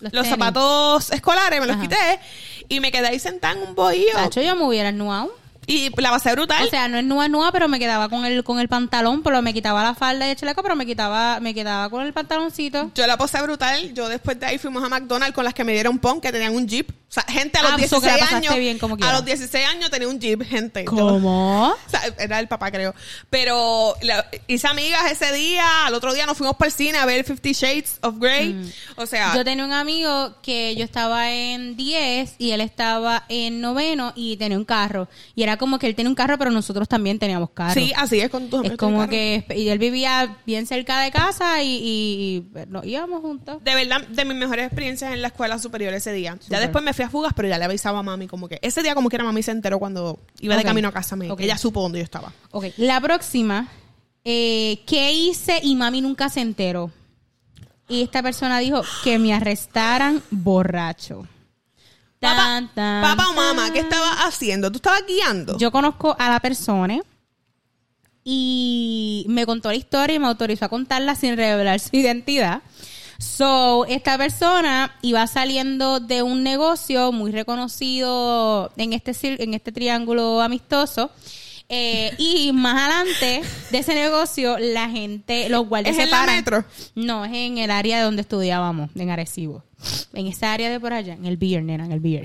S3: Los
S2: los
S3: tenis.
S2: zapatos escolares, me los
S3: Ajá.
S2: quité y me quedé ahí sentada en un bohío
S3: Tacho, yo me hubiera nuado.
S2: y la pasé brutal.
S3: O sea, no es nua nua, pero me quedaba con el con el pantalón, pero me quitaba la falda y el chaleco, pero me quitaba me quedaba con el pantaloncito.
S2: Yo la pasé brutal. Yo después de ahí fuimos a McDonald's con las que me dieron pon, que tenían un jeep. O sea, gente a los
S3: Ah, so que la
S2: 16
S3: pasaste
S2: años.
S3: bien, como
S2: a
S3: quiera.
S2: los 16 años tenía un jeep, gente. Yo-
S3: ¿Cómo?
S2: o sea, era el papá, creo. Pero la- hice amigas ese día. Al otro día nos fuimos para el cine a ver Fifty Shades of Grey. O sea,
S3: Mm. Yo tenía un amigo que yo estaba en 10 y él estaba en noveno y tenía un carro. Y era como que él tenía un carro, pero nosotros también teníamos carro.
S2: sí, así es con
S3: es
S2: tus amigos,
S3: como
S2: claro.
S3: que y él vivía bien cerca de casa y, y- y nos íbamos juntos.
S2: De verdad, de mis mejores experiencias en la escuela superior ese día. Ya
S3: Súper.
S2: después me fui a fugas, pero ya le avisaba a mami como que... Ese día como que era mami se enteró cuando iba
S3: Ok.
S2: de camino a casa. Me,
S3: Ok.
S2: Ella supo dónde yo estaba.
S3: Ok, la próxima, eh, ¿qué hice y mami nunca se enteró? Y esta persona dijo que me arrestaran borracho.
S2: Papá,
S3: Tan, tan,
S2: papá o mamá,
S3: tan.
S2: ¿qué estaba haciendo? ¿Tú estabas guiando?
S3: Ah. Yo conozco a la persona y me contó la historia y me autorizó a contarla sin revelar su identidad. So, esta persona iba saliendo de un negocio muy reconocido en este, cir- en este triángulo amistoso. Eh, y más adelante de ese negocio, la gente, los guardias
S2: ¿Es en
S3: se
S2: la
S3: paran.
S2: metro?
S3: No, es en el área de donde estudiábamos, en Arecibo. En esa área de por allá, en el beer, nena, en el beer.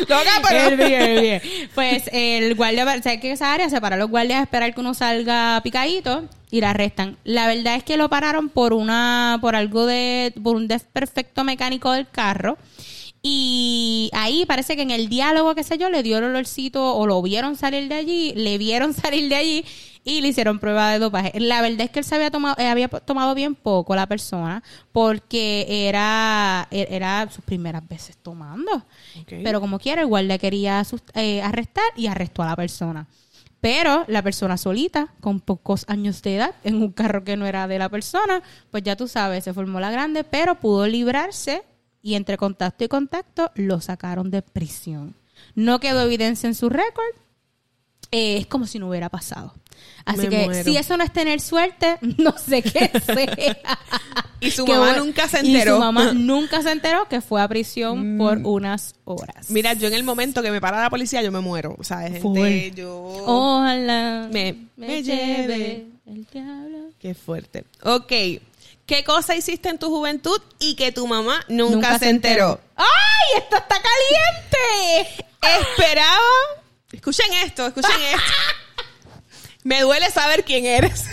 S2: Loca,
S3: El
S2: pero...
S3: bien, el bien. Pues el guardia, o sea, que esa área se para los guardias a esperar que uno salga picadito y la arrestan. La verdad es que lo pararon por una, por algo de, por un desperfecto mecánico del carro. Y ahí parece que en el diálogo, qué sé yo, le dio el olorcito o lo vieron salir de allí, le vieron salir de allí y le hicieron prueba de dopaje. La verdad es que él se había tomado, eh, había tomado bien poco la persona porque era, er- era sus primeras veces tomando. Pero como quiera, el guardia quería asust- eh, arrestar y arrestó a la persona. Pero la persona solita, con pocos años de edad, en un carro que no era de la persona, pues ya tú sabes, se formó la grande, pero pudo librarse y entre contacto y contacto lo sacaron de prisión. No quedó evidencia en su récord. eh, es como si no hubiera pasado. Así
S2: Me
S3: que
S2: muero.
S3: si eso no es tener suerte, no sé qué sea.
S2: Y su
S3: Que
S2: mamá
S3: bueno,
S2: nunca se
S3: Y
S2: enteró.
S3: su mamá nunca se enteró que fue a prisión por unas horas.
S2: Mm. Mira, yo en el momento que me para la policía, yo me muero. O sea, gente,
S3: Full. Oh.
S2: yo...
S3: Ojalá
S2: Me- me lleve
S3: el diablo.
S2: Qué fuerte. Ok. ¿Qué cosa hiciste en tu juventud y que tu mamá nunca, se, enteró?
S3: ¡Ay, esto está caliente!
S2: Esperaba... Escuchen esto, escuchen esto. Me duele saber quién eres.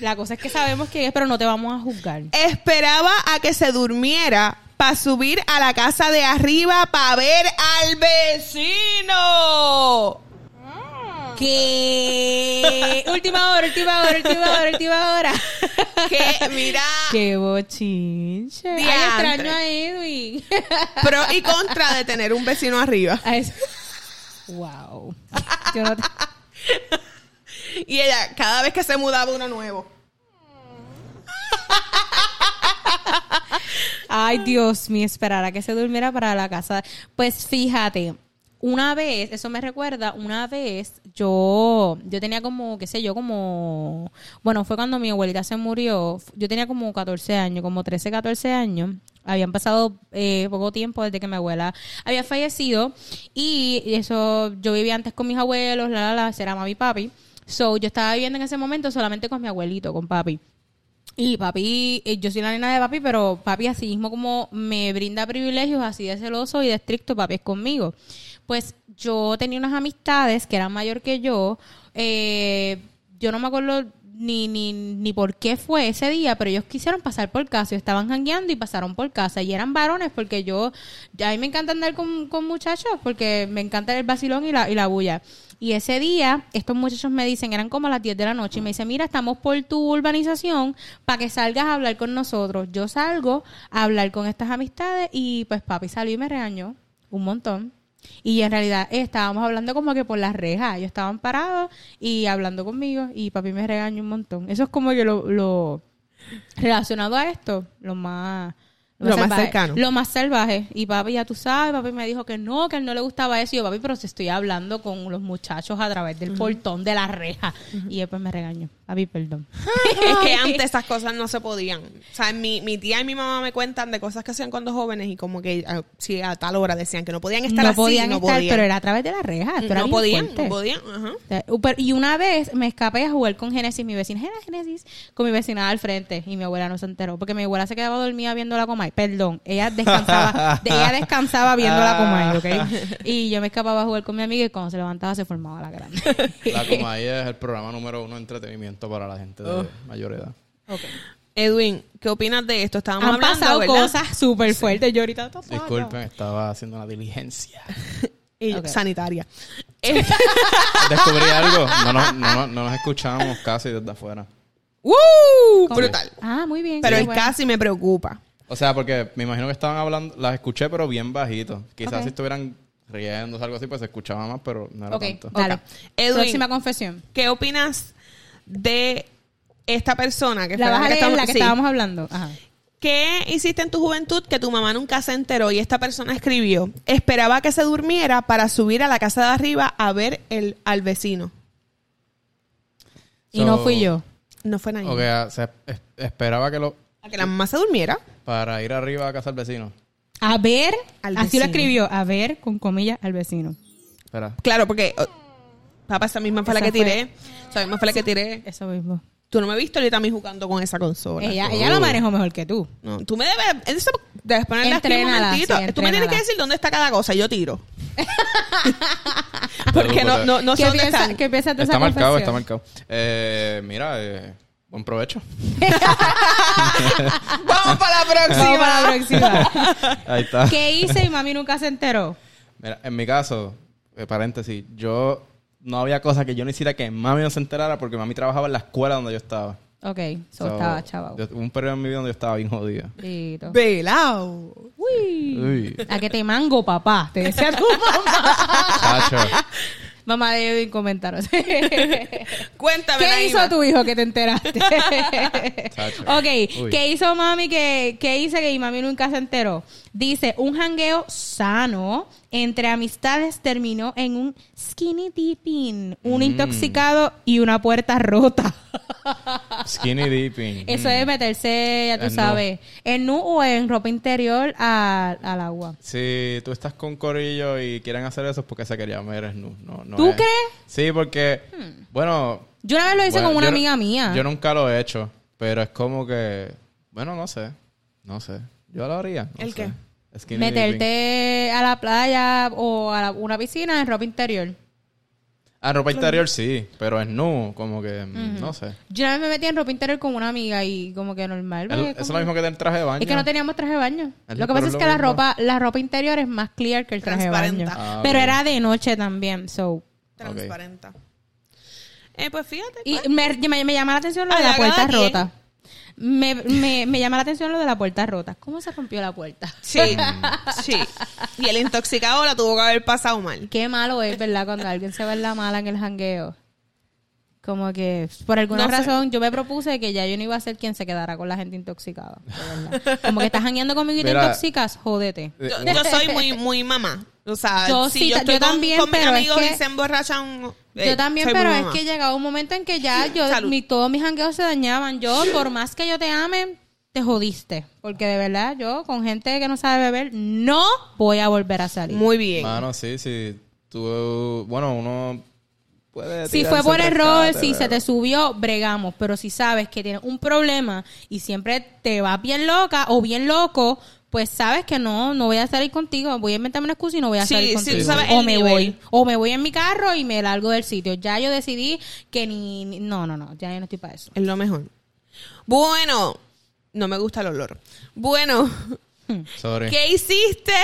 S3: La cosa es que sabemos quién es, pero no te vamos a juzgar.
S2: Esperaba a que se durmiera para subir a la casa de arriba para ver al vecino.
S3: ¿Qué? última hora, última hora, última hora, última hora.
S2: Que mira,
S3: ¡Qué bochinche! Ay,
S2: Diantre.
S3: extraño a Edwin.
S2: pro y contra de tener un vecino arriba.
S3: A eso- Wow. Yo no te-
S2: Y ella, cada vez que se mudaba uno nuevo.
S3: Ay, Dios mío, esperara que se durmiera para la casa. Pues fíjate, una vez, eso me recuerda, una vez yo, yo tenía como, qué sé yo, como, bueno, fue cuando mi abuelita se murió, yo tenía como 14 años, como 13, 14 años. Habían pasado eh, poco tiempo desde que mi abuela había fallecido y eso, yo vivía antes con mis abuelos, la, la, la, será mami y papi. So, yo estaba viviendo en ese momento solamente con mi abuelito, con papi. Y papi, eh, yo soy la nena de papi, pero papi así mismo como me brinda privilegios, así de celoso y de estricto, papi es conmigo. Pues yo tenía unas amistades que eran mayor que yo. eh, yo no me acuerdo, ni, ni, ni por qué fue ese día, pero ellos quisieron pasar por casa. y Estaban jangueando y pasaron por casa. Y eran varones porque yo... A mí me encanta andar con, con muchachos porque me encanta el vacilón y la, y la bulla. Y ese día, estos muchachos me dicen, eran como a las 10 de la noche, y me dicen, mira, estamos por tu urbanización para que salgas a hablar con nosotros. Yo salgo a hablar con estas amistades y pues papi salió y me regañó un montón. Y en realidad eh, estábamos hablando como que por las rejas, ellos estaban parados y hablando conmigo y papi me regañó un montón. Eso es como que lo, lo relacionado a esto, lo más...
S2: Lo más
S3: salvaje.
S2: cercano.
S3: Lo más salvaje. Y papi, ya tú sabes, papi me dijo que no, que a él no le gustaba eso. Y yo, papi, pero si estoy hablando con los muchachos a través del portón de la reja. Y después me regañó. Papi, perdón.
S2: es que antes esas cosas no se podían. O sea, mi, mi tía y mi mamá me cuentan de cosas que hacían cuando jóvenes y como que ah, sí, a tal hora decían que no podían estar
S3: no
S2: así,
S3: podían
S2: no
S3: estar,
S2: podían.
S3: pero era a través de la reja. Esto era
S2: no
S3: bien
S2: podían,
S3: fuerte.
S2: no podían, ajá.
S3: O sea, u- pero- Y una vez me escapé a jugar con Génesis, mi vecina. Era Génesis, con mi vecina al frente. Y mi abuela no se enteró. Porque mi abuela se quedaba dormida viendo la Comay. Perdón, ella descansaba, de- ella descansaba viendo la Comay,
S2: Ah.
S3: ¿ok? Y yo me escapaba a jugar con mi amiga y cuando se levantaba se formaba la grande.
S1: La Comay es el programa número uno de entretenimiento para la gente de
S3: Oh.
S1: mayor edad.
S3: Ah,
S2: Edwin, ¿qué opinas de esto? Estábamos
S3: Han
S2: hablando,
S3: pasado
S2: ¿verdad?
S3: cosas súper fuertes. Yo ahorita todo
S1: Disculpen, estaba haciendo una diligencia.
S2: Y yo,
S3: Ok.
S2: sanitaria. Eh,
S1: Descubrí algo. No, nos- no, nos- no nos escuchábamos casi desde afuera.
S2: ¡Woo!
S3: ¿Cómo?
S2: Uh, Brutal.
S3: Ah, muy bien.
S2: Pero
S3: qué
S2: el
S3: bueno.
S2: casi me preocupa.
S1: O sea, porque me imagino que estaban hablando, las escuché, pero bien bajito. Quizás
S3: Ok.
S1: si estuvieran riendo o algo así, pues se escuchaba más, pero no era
S3: Ok,
S1: tanto.
S3: dale.
S2: Ok. Edwin.
S3: Próxima confesión.
S2: ¿Qué opinas de esta persona que
S3: La
S2: fue
S3: baja
S2: que
S3: de
S2: estamos-
S3: la que
S2: sí.
S3: estábamos hablando. Ajá.
S2: ¿Qué hiciste en tu juventud que tu mamá nunca se enteró? Y esta persona escribió, esperaba que se durmiera para subir a la casa de arriba a ver el, al vecino.
S3: Y
S1: So,
S3: no fui yo.
S2: No fue nadie.
S1: Ok, o sea, es- esperaba que lo...
S2: A que la mamá se durmiera.
S1: Para ir arriba a casa del vecino.
S3: A ver,
S2: Al
S3: así lo
S2: vecino.
S3: escribió. A ver, con comillas, al vecino.
S1: Espera.
S2: Claro, porque... oh, papá, esa misma fue la
S3: Esa
S2: que
S3: fue-
S2: tiré. Esa misma fue la que tiré.
S3: Eso mismo.
S2: Tú no me viste ahorita a mí jugando con esa consola.
S3: Ella, ella lo manejó mejor que tú.
S2: No, tú me debes, eso- debes ponerle aquí un
S3: Entrénala, sí,
S2: momentito. tú me tienes
S3: entrénala.
S2: que decir dónde está cada cosa y yo tiro. Porque no, no, no sé
S3: ¿Qué,
S2: dónde
S3: piensa,
S2: están.
S3: ¿Qué piensas de
S1: Está
S3: esa
S1: marcado, está
S3: confesión?
S1: marcado. Eh, mira, eh, buen provecho.
S2: Vamos para la
S3: Vamos
S2: próxima.
S3: para la próxima.
S1: Ahí está.
S3: ¿Qué hice y mami nunca se enteró?
S1: Mira, en mi caso, eh, paréntesis, yo no había cosa que yo no hiciera que mami no se enterara porque mami trabajaba en la escuela donde yo estaba.
S3: Ok, so,
S1: So,
S3: estaba chaval.
S1: yo- Hubo un periodo en mi vida donde yo estaba bien jodido.
S3: Listo.
S2: Velao.
S3: Uy.
S1: Uy,
S3: A que te mango, papá. Te decía tu mamá.
S1: chacho.
S3: mamá de Edwin comentaros. ¿Qué
S2: Cuéntame. Naima.
S3: hizo tu hijo que te enteraste?
S1: Chacho.
S3: ok,
S1: Uy.
S3: ¿qué hizo mami que, que hice que mi mami nunca se enteró? Dice, un jangueo sano entre amistades terminó en un skinny dipping,
S1: Mm.
S3: un intoxicado y una puerta rota.
S1: Skinny dipping.
S3: Eso
S1: Mm.
S3: es meterse, ya tú
S1: En nu.
S3: sabes, en nu o en ropa interior a- al agua.
S1: Si tú estás con Corillo y quieren hacer eso es porque se querían ver nu. No, no
S3: ¿Tú
S1: es-
S3: crees?
S1: Sí, porque, bueno,
S3: Yo una vez lo hice
S1: Bueno,
S3: con una
S1: yo no-
S3: amiga mía.
S1: Yo nunca lo he hecho, pero es como que, bueno, no sé, no sé. Yo lo haría. no
S2: ¿El
S1: sé. Skinny dipping.
S3: Meterte a la playa o a la- una piscina en ropa interior.
S1: Ah, ropa interior sí, pero es nu, como que, mm, no sé.
S3: Yo una vez me metí en ropa interior con una amiga y como que normal.
S1: Es,
S3: porque
S1: es lo
S3: como-
S1: mismo que el traje de baño.
S3: Es que no teníamos traje de baño.
S1: Es
S3: Lo
S1: lo-
S3: que pasa
S1: pero
S3: es
S1: lo
S3: que la
S1: mismo.
S3: ropa, la ropa interior es más clear que el traje de baño.
S2: Transparenta.
S1: Ah, ok.
S3: Pero era de noche también, so.
S2: Transparenta. Eh, pues fíjate.
S3: Y
S2: pues,
S3: me, me- me llama la atención lo de
S2: Ah,
S3: la
S2: la
S3: puerta
S2: cada quien.
S3: rota. Me, me, me llama la atención lo de la puerta rota. ¿Cómo se rompió la puerta?
S2: sí, sí. Y el intoxicado la tuvo que haber pasado mal.
S3: Qué malo es, ¿verdad? Cuando alguien se va en la mala en el jangueo. Como que por alguna
S2: No sé.
S3: razón yo me propuse que ya yo no iba a ser quien se quedara con la gente intoxicada. de verdad. Como que estás jangueando conmigo y te
S1: Mira.
S3: intoxicas, jódete.
S1: Eh,
S2: Yo,
S1: un-
S2: yo soy muy, muy mamá. O sea,
S3: Yo
S2: si
S3: sí,
S2: yo estoy
S3: yo
S2: con,
S3: también,
S2: con mis
S3: pero es
S2: amigos
S3: que-
S2: y se emborrachan. eh,
S3: Yo también,
S2: soy muy
S3: pero es
S2: mamá.
S3: que llegaba un momento en que ya yo
S2: Salud.
S3: mi, todos mis jangueos se dañaban. Yo, por más que yo te ame, te jodiste. Porque de verdad, yo con gente que no sabe beber, no voy a volver a salir.
S2: Muy bien.
S1: Mano, sí, sí. Tú, bueno, uno puede...
S3: si
S1: tirarse
S3: fue por
S1: al
S3: error,
S1: rescate,
S3: si se
S1: pero-
S3: te subió, bregamos. Pero si sabes que tienes un problema y siempre te vas bien loca o bien loco, pues sabes que no, no voy a salir contigo, voy a inventarme una excusa y no voy a
S2: Sí,
S3: salir
S2: sí,
S3: contigo.
S2: tú sabes
S3: o
S2: el
S3: me
S2: nivel.
S3: voy, o me voy en mi carro y me largo del sitio. Ya yo decidí que ni, ni- no, no, no, ya yo no estoy para eso.
S2: Es lo mejor. Bueno, no me gusta el olor. Bueno,
S1: Sorry.
S2: ¿qué hiciste?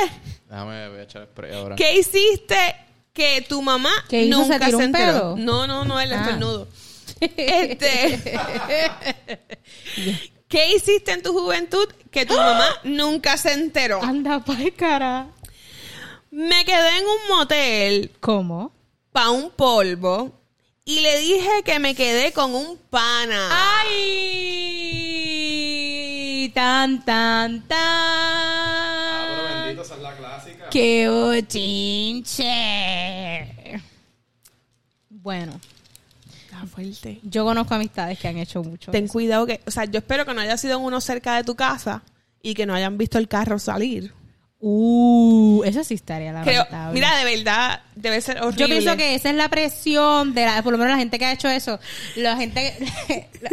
S1: Déjame, voy a echar spray ahora.
S2: ¿Qué hiciste que tu mamá
S3: ¿Qué hizo?
S2: nunca
S3: ¿Se tiró
S2: se
S3: un
S2: enteró?
S3: pedo?
S2: No, no, no, el
S3: Ah.
S2: estornudo. Este, ¿qué hiciste en tu juventud que tu mamá nunca se enteró?
S3: Anda pa'l cara.
S2: Me quedé en un motel
S3: ¿Cómo?
S2: pa' un polvo y le dije que me quedé con un pana.
S3: Ah. ¡Ay! Tan, tan, tan.
S1: esa es la clásica.
S3: ¡Qué bochinche! Bueno,
S2: Está fuerte.
S3: yo conozco amistades que han hecho mucho.
S2: Ten cuidado que, o sea, yo espero que no haya sido en uno cerca de tu casa y que no hayan visto el carro salir.
S3: Uh, eso sí estaría
S2: Creo,
S3: lamentable.
S2: mira, de verdad, debe ser horrible.
S3: yo pienso que esa es la presión de la, por lo menos la gente que ha hecho eso. La gente que-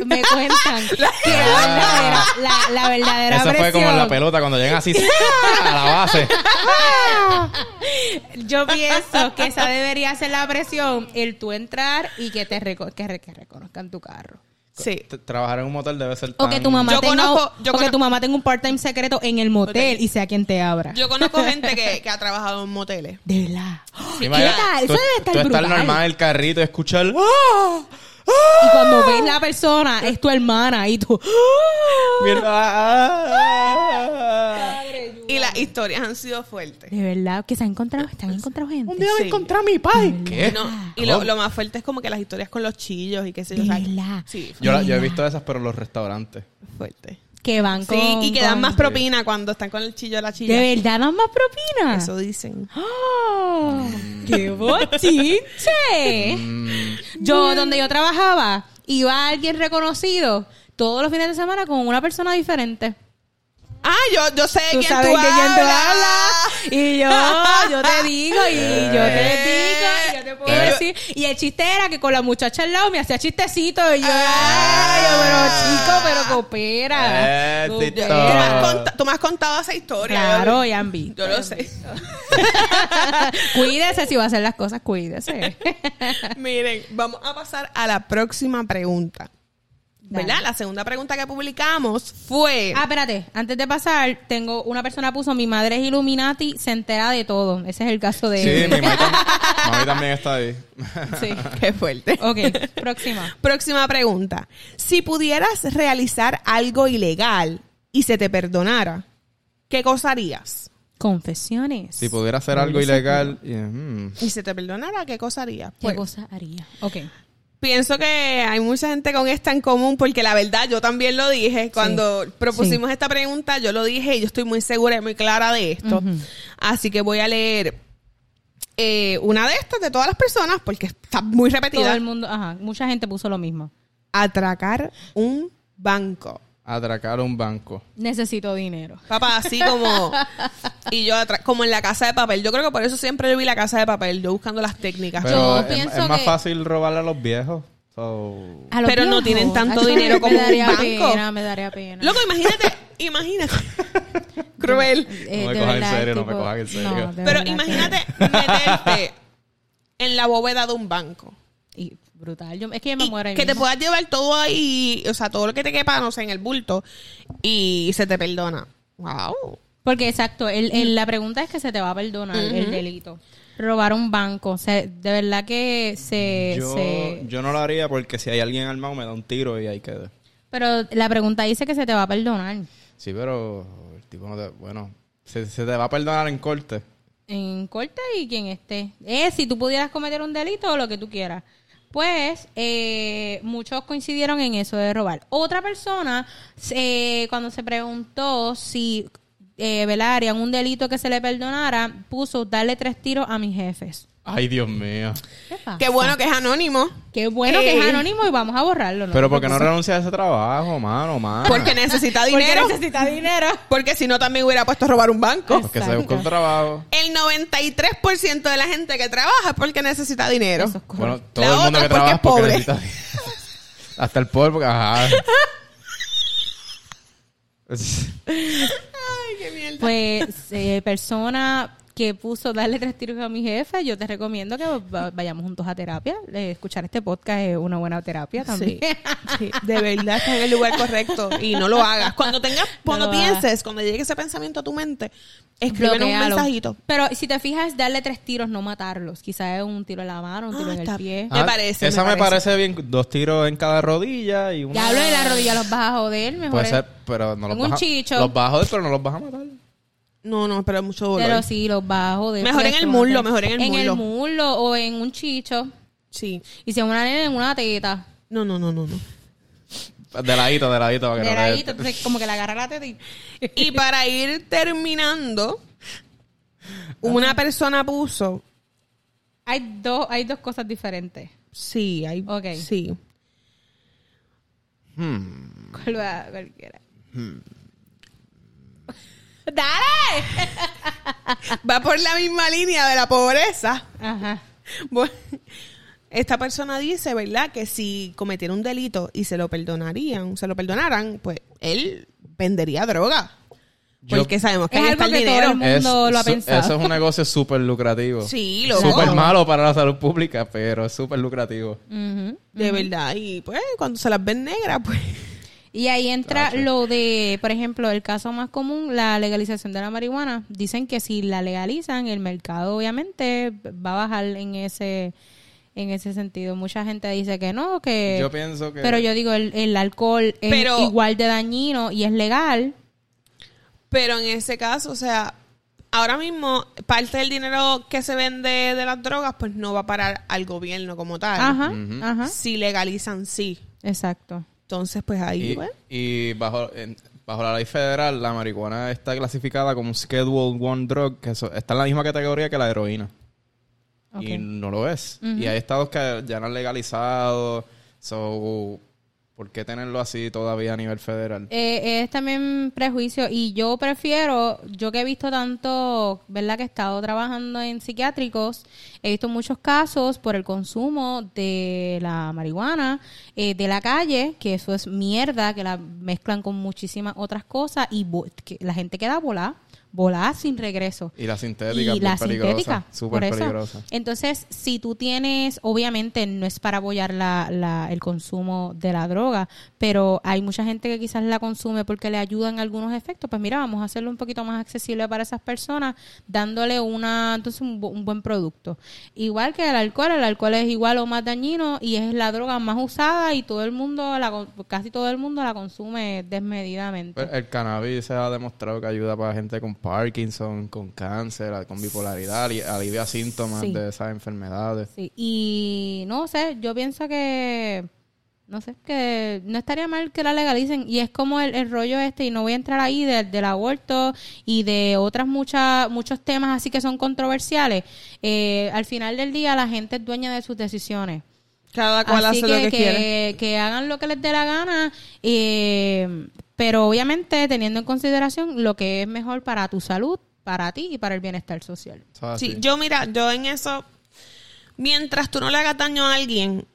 S3: me cuentan que la verdadera, la, la verdadera
S1: Eso fue como en la
S3: presión-
S1: pelota cuando llegan así a la base.
S3: Yo pienso que esa debería ser la presión, el tú entrar y que te reco- que, re- que reconozcan tu carro.
S2: Sí.
S1: T- Trabajar en un motel debe ser
S3: O
S1: tan...
S3: que tu mamá
S2: Yo
S3: tenga
S2: conozco-
S3: un-
S2: yo
S3: o que
S2: conozco-
S3: tu mamá tenga un part-time secreto en el motel
S2: Ok.
S3: y sea quien te abra.
S2: Yo conozco gente que, que ha trabajado en moteles.
S3: De verdad.
S1: Imagina-
S3: ¿Qué tal?
S1: Tú,
S3: Eso debe estar
S1: tú estar
S3: brutal.
S1: normal en el carrito y escuchar... ¡Ah!
S3: Y cuando ves la persona, es tu hermana y tú.
S1: Mierda, ah, ah, ah.
S2: Y las historias han sido fuertes.
S3: De verdad, que se han encontrado, están encontrado gente.
S2: Sí.
S1: a mi padre. ah. ¿Qué?
S2: No, y
S3: Oh.
S2: lo, lo más fuerte es como que las historias con los chillos y qué sé yo. o sea,
S3: De verdad.
S2: Sí,
S1: Yo, la- yo he visto esas, pero en los restaurantes.
S2: fuerte.
S3: Que van con.
S2: Sí, y que dan
S3: con-
S2: más propina cuando están con el chillo a la chilla.
S3: De verdad dan más propina.
S2: Eso dicen.
S3: ¡Ah! ¡Qué bochinche! Yo, donde yo trabajaba, iba alguien reconocido todos los fines de semana con una persona diferente.
S2: Ah, yo, yo sé
S3: Tú
S2: quién
S3: sabes
S2: tú
S3: de quién tú hablas.
S2: hablas.
S3: Y yo, yo te digo, y yo te digo, y yo te puedo
S1: Eh.
S3: decir. Y el chiste era que con la muchacha al lado me hacía chistecito. Y yo, ay, yo, pero chico, pero coopera.
S1: Eh,
S3: coopera.
S1: Tito.
S2: Tú me has conta- Tú me has contado esa historia.
S3: Ah. Claro,
S2: yo,
S3: ya han visto.
S2: yo lo sé.
S3: Cuídese si va a hacer las cosas, cuídese.
S2: Miren, vamos a pasar a la próxima pregunta.
S3: Dale.
S2: ¿Verdad? La segunda pregunta que publicamos fue.
S3: Ah, espérate, antes de pasar, tengo una persona puso, mi madre es Illuminati, se entera de todo. Ese es el caso de...
S1: Sí, mi mamá, tam- mami también está ahí.
S2: Ah,
S3: Sí.
S2: Qué fuerte.
S3: Ok, próxima.
S2: Próxima pregunta. Si pudieras realizar algo ilegal y se te perdonara, ¿qué cosa harías?
S3: Confesiones.
S1: Si pudiera hacer algo ilegal... y, mm,
S2: Y se te perdonara, ¿qué cosa harías?
S3: ¿Qué
S2: Pues,
S3: cosa haría? Ok.
S2: Pienso que hay mucha gente con esta en común porque la verdad yo también lo dije cuando propusimos esta pregunta, yo lo dije y yo estoy muy segura y muy clara de esto. Así que voy a leer eh, una de estas de todas las personas porque está muy
S3: Todo
S2: repetida.
S3: el mundo, ajá, mucha gente puso lo mismo.
S2: Atracar un banco.
S1: atracar un banco.
S3: Necesito dinero.
S2: Papá, así como. Y yo, atra- como en la casa de papel. Yo creo que por eso siempre yo vi la casa de papel, yo buscando las técnicas. Pero,
S1: Pero es,
S3: pienso
S1: es más
S3: que-
S1: fácil robarle a los viejos. So...
S3: A los
S2: Pero no
S3: viejos.
S2: tienen tanto
S3: Ay,
S2: dinero como
S3: Me daría
S2: un banco.
S3: pena, me daría pena.
S2: Loco, imagínate, imagínate. Cruel.
S3: Eh,
S1: No me
S3: de
S1: cojas en
S3: verdad,
S1: serio, no
S3: tipo-
S1: me cojas en serio.
S3: no, de
S2: Pero
S3: verdad que-
S2: imagínate meterte en la bóveda de un banco.
S3: Y brutal. Yo, es que yo me
S2: Y
S3: muero ahí
S2: que te
S3: mismo.
S2: puedas llevar todo ahí, o sea, todo lo que te quepa, no sé, en el bulto. Y se te perdona. Wow.
S3: Porque exacto, el, el- la pregunta es que se te va a perdonar el delito. Robar un banco, se- de verdad que se,
S1: Yo,
S3: se-
S1: yo no lo haría porque si hay alguien armado me da un tiro y ahí queda.
S3: Pero la pregunta dice que se te va a perdonar.
S1: Sí, pero el tipo no te- Bueno, se, se te va a perdonar en corte.
S3: En corte y quien esté. Eh, si tú pudieras cometer un delito o lo que tú quieras. Pues eh, muchos coincidieron en eso de robar. Otra persona, se- cuando se preguntó si eh, ¿verdad? harían un delito que se le perdonara, puso darle tres tiros a mis jefes.
S1: Ay, Dios mío.
S3: ¿Qué pasa?
S2: Qué bueno que es anónimo.
S3: Qué bueno
S2: Eh.
S3: que es anónimo y vamos a borrarlo. ¿no?
S1: Pero ¿por qué no renuncias a ese trabajo, mano, mano?
S2: Porque necesita
S3: Porque
S2: dinero.
S3: necesita dinero.
S2: Porque si no, también hubiera puesto a robar un banco.
S1: Porque se busca un
S3: Exacto.
S1: trabajo.
S2: El 93% de la gente que trabaja es porque necesita dinero.
S3: Eso es correcto.
S1: Bueno, todo
S2: La
S1: el mundo
S2: otra
S1: que
S2: es porque
S1: trabaja
S2: es pobre.
S1: es porque necesita- Hasta el pobre, porque- ajá.
S2: qué mierda.
S3: Pues eh, persona que puso darle tres tiros a mi jefe, yo te recomiendo que va- vayamos juntos a terapia. Eh, escuchar este podcast es una buena terapia también.
S2: Sí, sí, de verdad está en el lugar correcto y no lo hagas. Cuando tengas, cuando
S3: lo
S2: pienses, cuando llegue ese pensamiento a tu mente, escríbenos un
S3: Bloquealo.
S2: mensajito.
S3: Pero si te fijas, darle tres tiros, no matarlos. Quizás es un tiro en la mano, un tiro
S2: Ah,
S3: en el
S2: está
S3: pie.
S2: bien. Me parece,
S1: Esa
S2: me
S1: me parece. bien. Dos tiros en cada rodilla y una.
S3: Ya hablo de la rodilla, los vas a joder, mejor.
S1: Puede
S3: es-
S1: ser, pero no los
S3: Tengo un
S1: vas a-
S3: chicho.
S1: Los vas a joder, pero no los vas a matar.
S2: No, no, pero es mucho dolor.
S3: Pero sí, los vas a joder.
S2: Mejor
S3: porque
S2: en el
S3: tú no
S2: muslo,
S3: te-
S2: mejor en el
S3: En el
S2: muslo.
S3: muslo o en un chicho.
S2: sí.
S3: Y si es una nena, en una teta.
S2: No, no, no, no, no.
S1: De ladito, de ladito. Para que
S3: De
S1: no le-
S3: ladito, entonces como que la agarra la teta y...
S2: Y para ir terminando, una persona puso,
S3: Hay dos, hay dos cosas diferentes.
S2: sí, hay,
S3: Ok.
S2: sí.
S1: Mm.
S3: ¿Cuál va? Cualquiera.
S1: Hmm.
S3: ¡Dale!
S2: Va por la misma línea de la pobreza.
S3: Ajá.
S2: Bueno, esta persona dice, ¿verdad? Que si cometiera un delito y se lo perdonarían, se lo perdonaran, pues él vendería droga.
S1: Yo-
S2: porque sabemos que
S3: Es
S2: ahí
S3: algo
S2: está el
S3: que todo
S2: dinero.
S3: el mundo- lo ha
S1: su-
S3: pensado.
S1: Eso es un negocio súper lucrativo.
S2: Sí, loco.
S1: Súper malo para la salud pública, pero es súper lucrativo.
S3: Ujú.
S2: De verdad. Y pues cuando se las ven negras, pues...
S3: Y ahí entra lo de, por ejemplo, el caso más común, la legalización de la marihuana. Dicen que si la legalizan, el mercado obviamente va a bajar en ese en ese sentido. Mucha gente dice que no, que...
S1: Yo pienso que-
S3: Pero yo digo, el, el alcohol es
S2: Pero-
S3: igual de dañino y es legal.
S2: Pero en ese caso, o sea, ahora mismo parte del dinero que se vende de las drogas, pues no va a parar al gobierno como tal.
S3: Ajá, ajá.
S2: Si legalizan, sí.
S3: Exacto.
S2: Entonces, pues ahí,
S1: Y,
S2: pues,
S1: y bajo, en- bajo la ley federal, la marihuana está clasificada como un Schedule One drug, que eso- está en la misma categoría que la heroína.
S3: Ok.
S1: Y no lo es. Y hay estados que ya lo han legalizado. So, ¿por qué tenerlo así todavía a nivel federal?
S3: Eh, es también prejuicio y yo prefiero, yo que he visto tanto, ¿verdad? Que he estado trabajando en psiquiátricos, he visto muchos casos por el consumo de la marihuana, eh, de la calle, que eso es mierda, que la mezclan con muchísimas otras cosas y vo- que la gente queda volada, volada sin regreso.
S1: Y la sintética es
S3: la
S1: muy peligrosa.
S3: sintética, por
S1: Súper
S3: eso.
S1: peligrosa.
S3: Entonces, si tú tienes, obviamente no es para apoyar la, la- el consumo de la droga, pero hay mucha gente que quizás la consume porque le ayudan algunos efectos, pues mira, vamos a hacerlo un poquito más accesible para esas personas, dándole una entonces un, bu- un buen producto. Igual que el alcohol, el alcohol es igual o más dañino y es la droga más usada y todo el mundo, la, con- casi todo el mundo la consume desmedidamente.
S1: Pues, el cannabis se ha demostrado que ayuda para gente con Parkinson, con cáncer, con bipolaridad, y alivia síntomas
S3: Sí.
S1: de esas enfermedades.
S3: Sí, y no sé, yo pienso que, no sé, que no estaría mal que la legalicen. Y es como el, el rollo este, y no voy a entrar ahí de- del aborto y de otras muchas, muchos temas así que son controversiales. Eh, al final del día la gente es dueña de sus decisiones.
S2: cada cual
S3: Así
S2: hace lo que quiere.
S3: que hagan lo que les dé la gana, eh, pero obviamente teniendo en consideración lo que es mejor para tu salud, para ti y para el bienestar social.
S1: O sea,
S2: Sí,
S1: sí.
S2: yo mira, yo en eso, mientras tú no le hagas daño a alguien,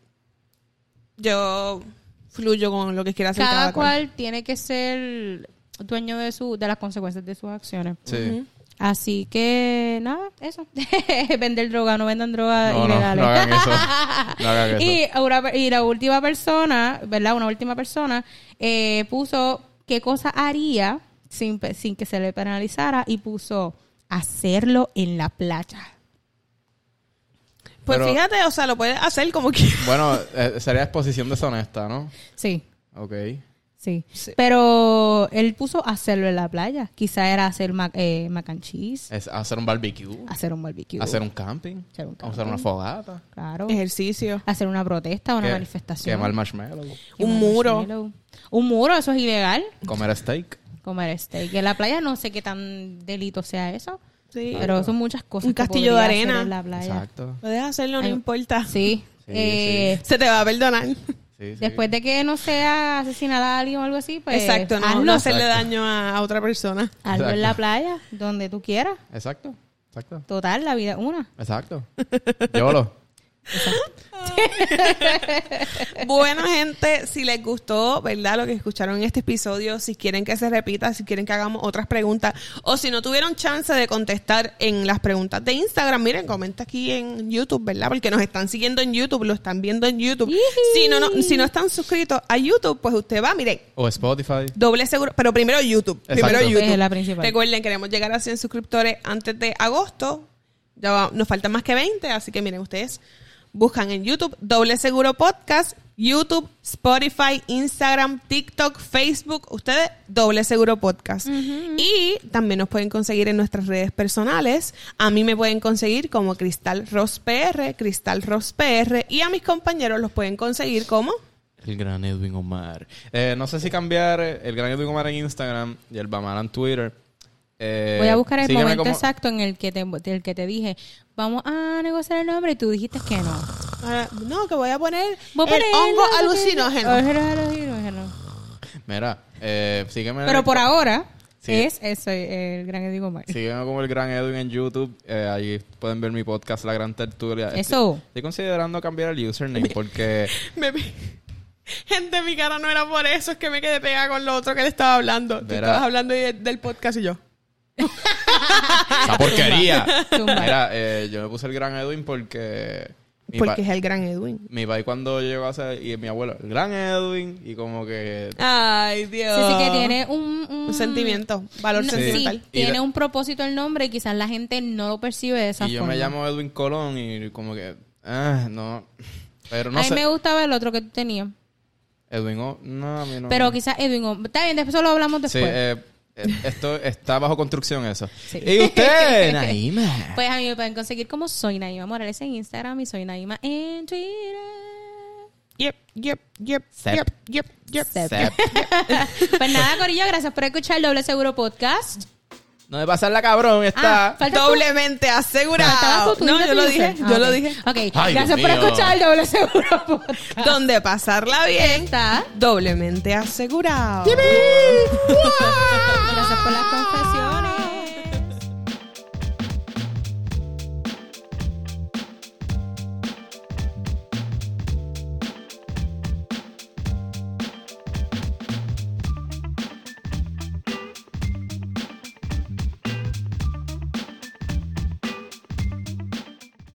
S2: yo fluyo con lo que quiera hacer
S3: cada,
S2: cada,
S3: cual, tiene que ser dueño de su de las consecuencias de sus acciones.
S1: Sí.
S3: Así que nada, eso. Vender droga, no vendan droga
S1: No, no,
S3: ilegales.
S1: no hagan eso. No hagan eso.
S3: y, ahora- y la última persona, ¿verdad? Una última persona eh, puso qué cosa haría sin, pe- sin que se le penalizara y puso hacerlo en la playa.
S2: Pues
S1: Pero-
S2: fíjate, o sea, lo puedes hacer como quieras.
S1: Bueno, eh, sería exposición deshonesta, ¿no?
S3: Sí.
S1: Ok.
S3: Sí.
S2: Sí.
S3: pero él puso hacerlo en la playa. Quizá era hacer ma eh, mac and cheese,
S1: Es hacer un barbecue,
S3: hacer un barbecue.
S1: hacer un camping,
S3: Ah, uh. Hacer un
S1: hacer una
S3: camping.
S1: fogata,
S3: Claro.
S2: Ejercicio.
S3: Hacer una protesta, una
S1: que-
S3: manifestación.
S1: quemar marshmallow,
S2: Un
S3: Quemar
S2: muro.
S3: marshmallow. Un muro, eso es ilegal.
S1: comer steak.
S3: Comer steak. En la playa no sé qué tan delito sea eso.
S2: Sí.
S3: Pero son muchas cosas.
S2: Un
S3: que
S2: castillo
S3: podría
S2: de arena.
S3: hacer en la playa.
S1: Exacto.
S2: Puedes hacerlo, no
S3: Ay,
S2: importa.
S3: Sí.
S1: Sí,
S3: Eh,
S2: Se te va a perdonar.
S1: Sí, sí.
S3: Después de que no sea asesinar a alguien o algo así, pues.
S2: Exacto, no,
S3: hazlo.
S2: no hacerle
S1: Exacto.
S2: daño a, a otra persona.
S3: Hazlo en la
S1: Exacto.
S3: playa, donde tú quieras.
S1: Exacto, exacto,
S3: Total, la vida es una.
S1: exacto. Yolo.
S2: Bueno, gente, si les gustó, ¿verdad? Lo que escucharon en este episodio, si quieren que se repita, si quieren que hagamos otras preguntas, o si no tuvieron chance de contestar en las preguntas de Instagram, miren, comenta aquí en YouTube, ¿verdad? Porque nos están siguiendo en YouTube, lo están viendo en YouTube. Si no, no, si no están suscritos a YouTube, pues usted va, miren,
S1: O Spotify.
S2: Doble seguro, pero primero YouTube.
S1: Exacto.
S2: Primero YouTube.
S3: Pues, Es la principal.
S2: Recuerden, queremos llegar a 100 suscriptores antes de agosto. Ya va- nos faltan más que 20, así que miren, ustedes buscan en YouTube Doble Seguro Podcast, YouTube, Spotify, Instagram, TikTok, Facebook, ustedes Doble Seguro Podcast. Y también nos pueden conseguir en nuestras redes personales. A mí me pueden conseguir como Cristal Ross PR, Cristal Ross PR, y a mis compañeros los pueden conseguir como
S1: El gran Edwin Omar. Eh, no sé si cambiar eh, el gran Edwin Omar en Instagram y el Bamar en Twitter. Eh,
S3: Voy a buscar el
S1: sígueme
S3: momento
S1: como-
S3: exacto en el que te, el que te dije, vamos a negociar el nombre y tú dijiste que no.
S2: Ah, no, que voy a poner
S3: Voy a
S2: el
S3: ponerlo,
S2: hongo
S3: porque-
S2: alucinógeno.
S3: Hongo alucinógeno.
S1: Mira, eh, sígueme.
S3: Pero por ahora
S1: Sí.
S3: es eso, eh, el gran Edigo Mar.
S1: Sígueme como el gran Edwin en YouTube. Eh, ahí pueden ver mi podcast, La Gran Tertulia. Estoy-
S3: Eso.
S1: Estoy considerando cambiar el username porque.
S2: Me pi- Gente, mi cara no era por eso, es que me quedé pegada con lo otro que le estaba hablando. Tú
S1: Verá.
S2: estabas hablando de- del podcast y yo.
S1: ¡Esa porquería!
S3: Zumba.
S1: Mira, eh, yo me puse el gran Edwin porque. Mi,
S2: Porque es
S1: pa-
S2: el gran Edwin.
S1: mi país cuando llegó a ser. Y mi abuelo, el gran Edwin. Y como que.
S2: Ay, Dios.
S3: Sí, sí que tiene un, oh. un-
S2: un sentimiento, valor
S3: No,
S2: sentimental.
S3: sí,
S1: Y
S3: tiene
S1: la-
S3: un propósito el nombre y quizás la gente no lo percibe de esa
S1: Y yo
S3: forma.
S1: me llamo Edwin Colón y como que. Ah, no. Pero no
S3: a mí
S1: sé.
S3: me gustaba el otro que tú tenías.
S1: Edwin O. No, a mí no.
S3: Pero quizás Edwin. o- Está bien, después lo hablamos
S1: Sí,
S3: después.
S1: eh, eh, esto está bajo construcción eso.
S3: Sí.
S1: ¿Y usted? Naima.
S3: Pues a mí me pueden conseguir como Soy Naima Morales en Instagram y Soy Naima en Twitter.
S2: Yep, yep, yep,
S1: Sep.
S2: yep, yep, yep.
S1: Sep.
S3: Pues nada, Corillo, gracias por escuchar el Doble Seguro Podcast.
S1: No me pasarla, cabrón. Está.
S3: Ah, falta tú.
S2: Doblemente
S3: Faltabas
S2: asegurado.
S3: tú, tú
S2: No,
S3: dijiste
S2: yo lo
S3: tu
S2: dije,
S3: user.
S2: yo
S3: Ah,
S2: lo
S3: ok.
S2: dije.
S3: Ok,
S1: Ay,
S3: gracias
S1: Dios
S3: por
S1: mío.
S3: escuchar el Doble Seguro Podcast.
S2: Donde pasarla bien,
S3: Está.
S2: doblemente asegurado.
S3: Gracias por la confesión.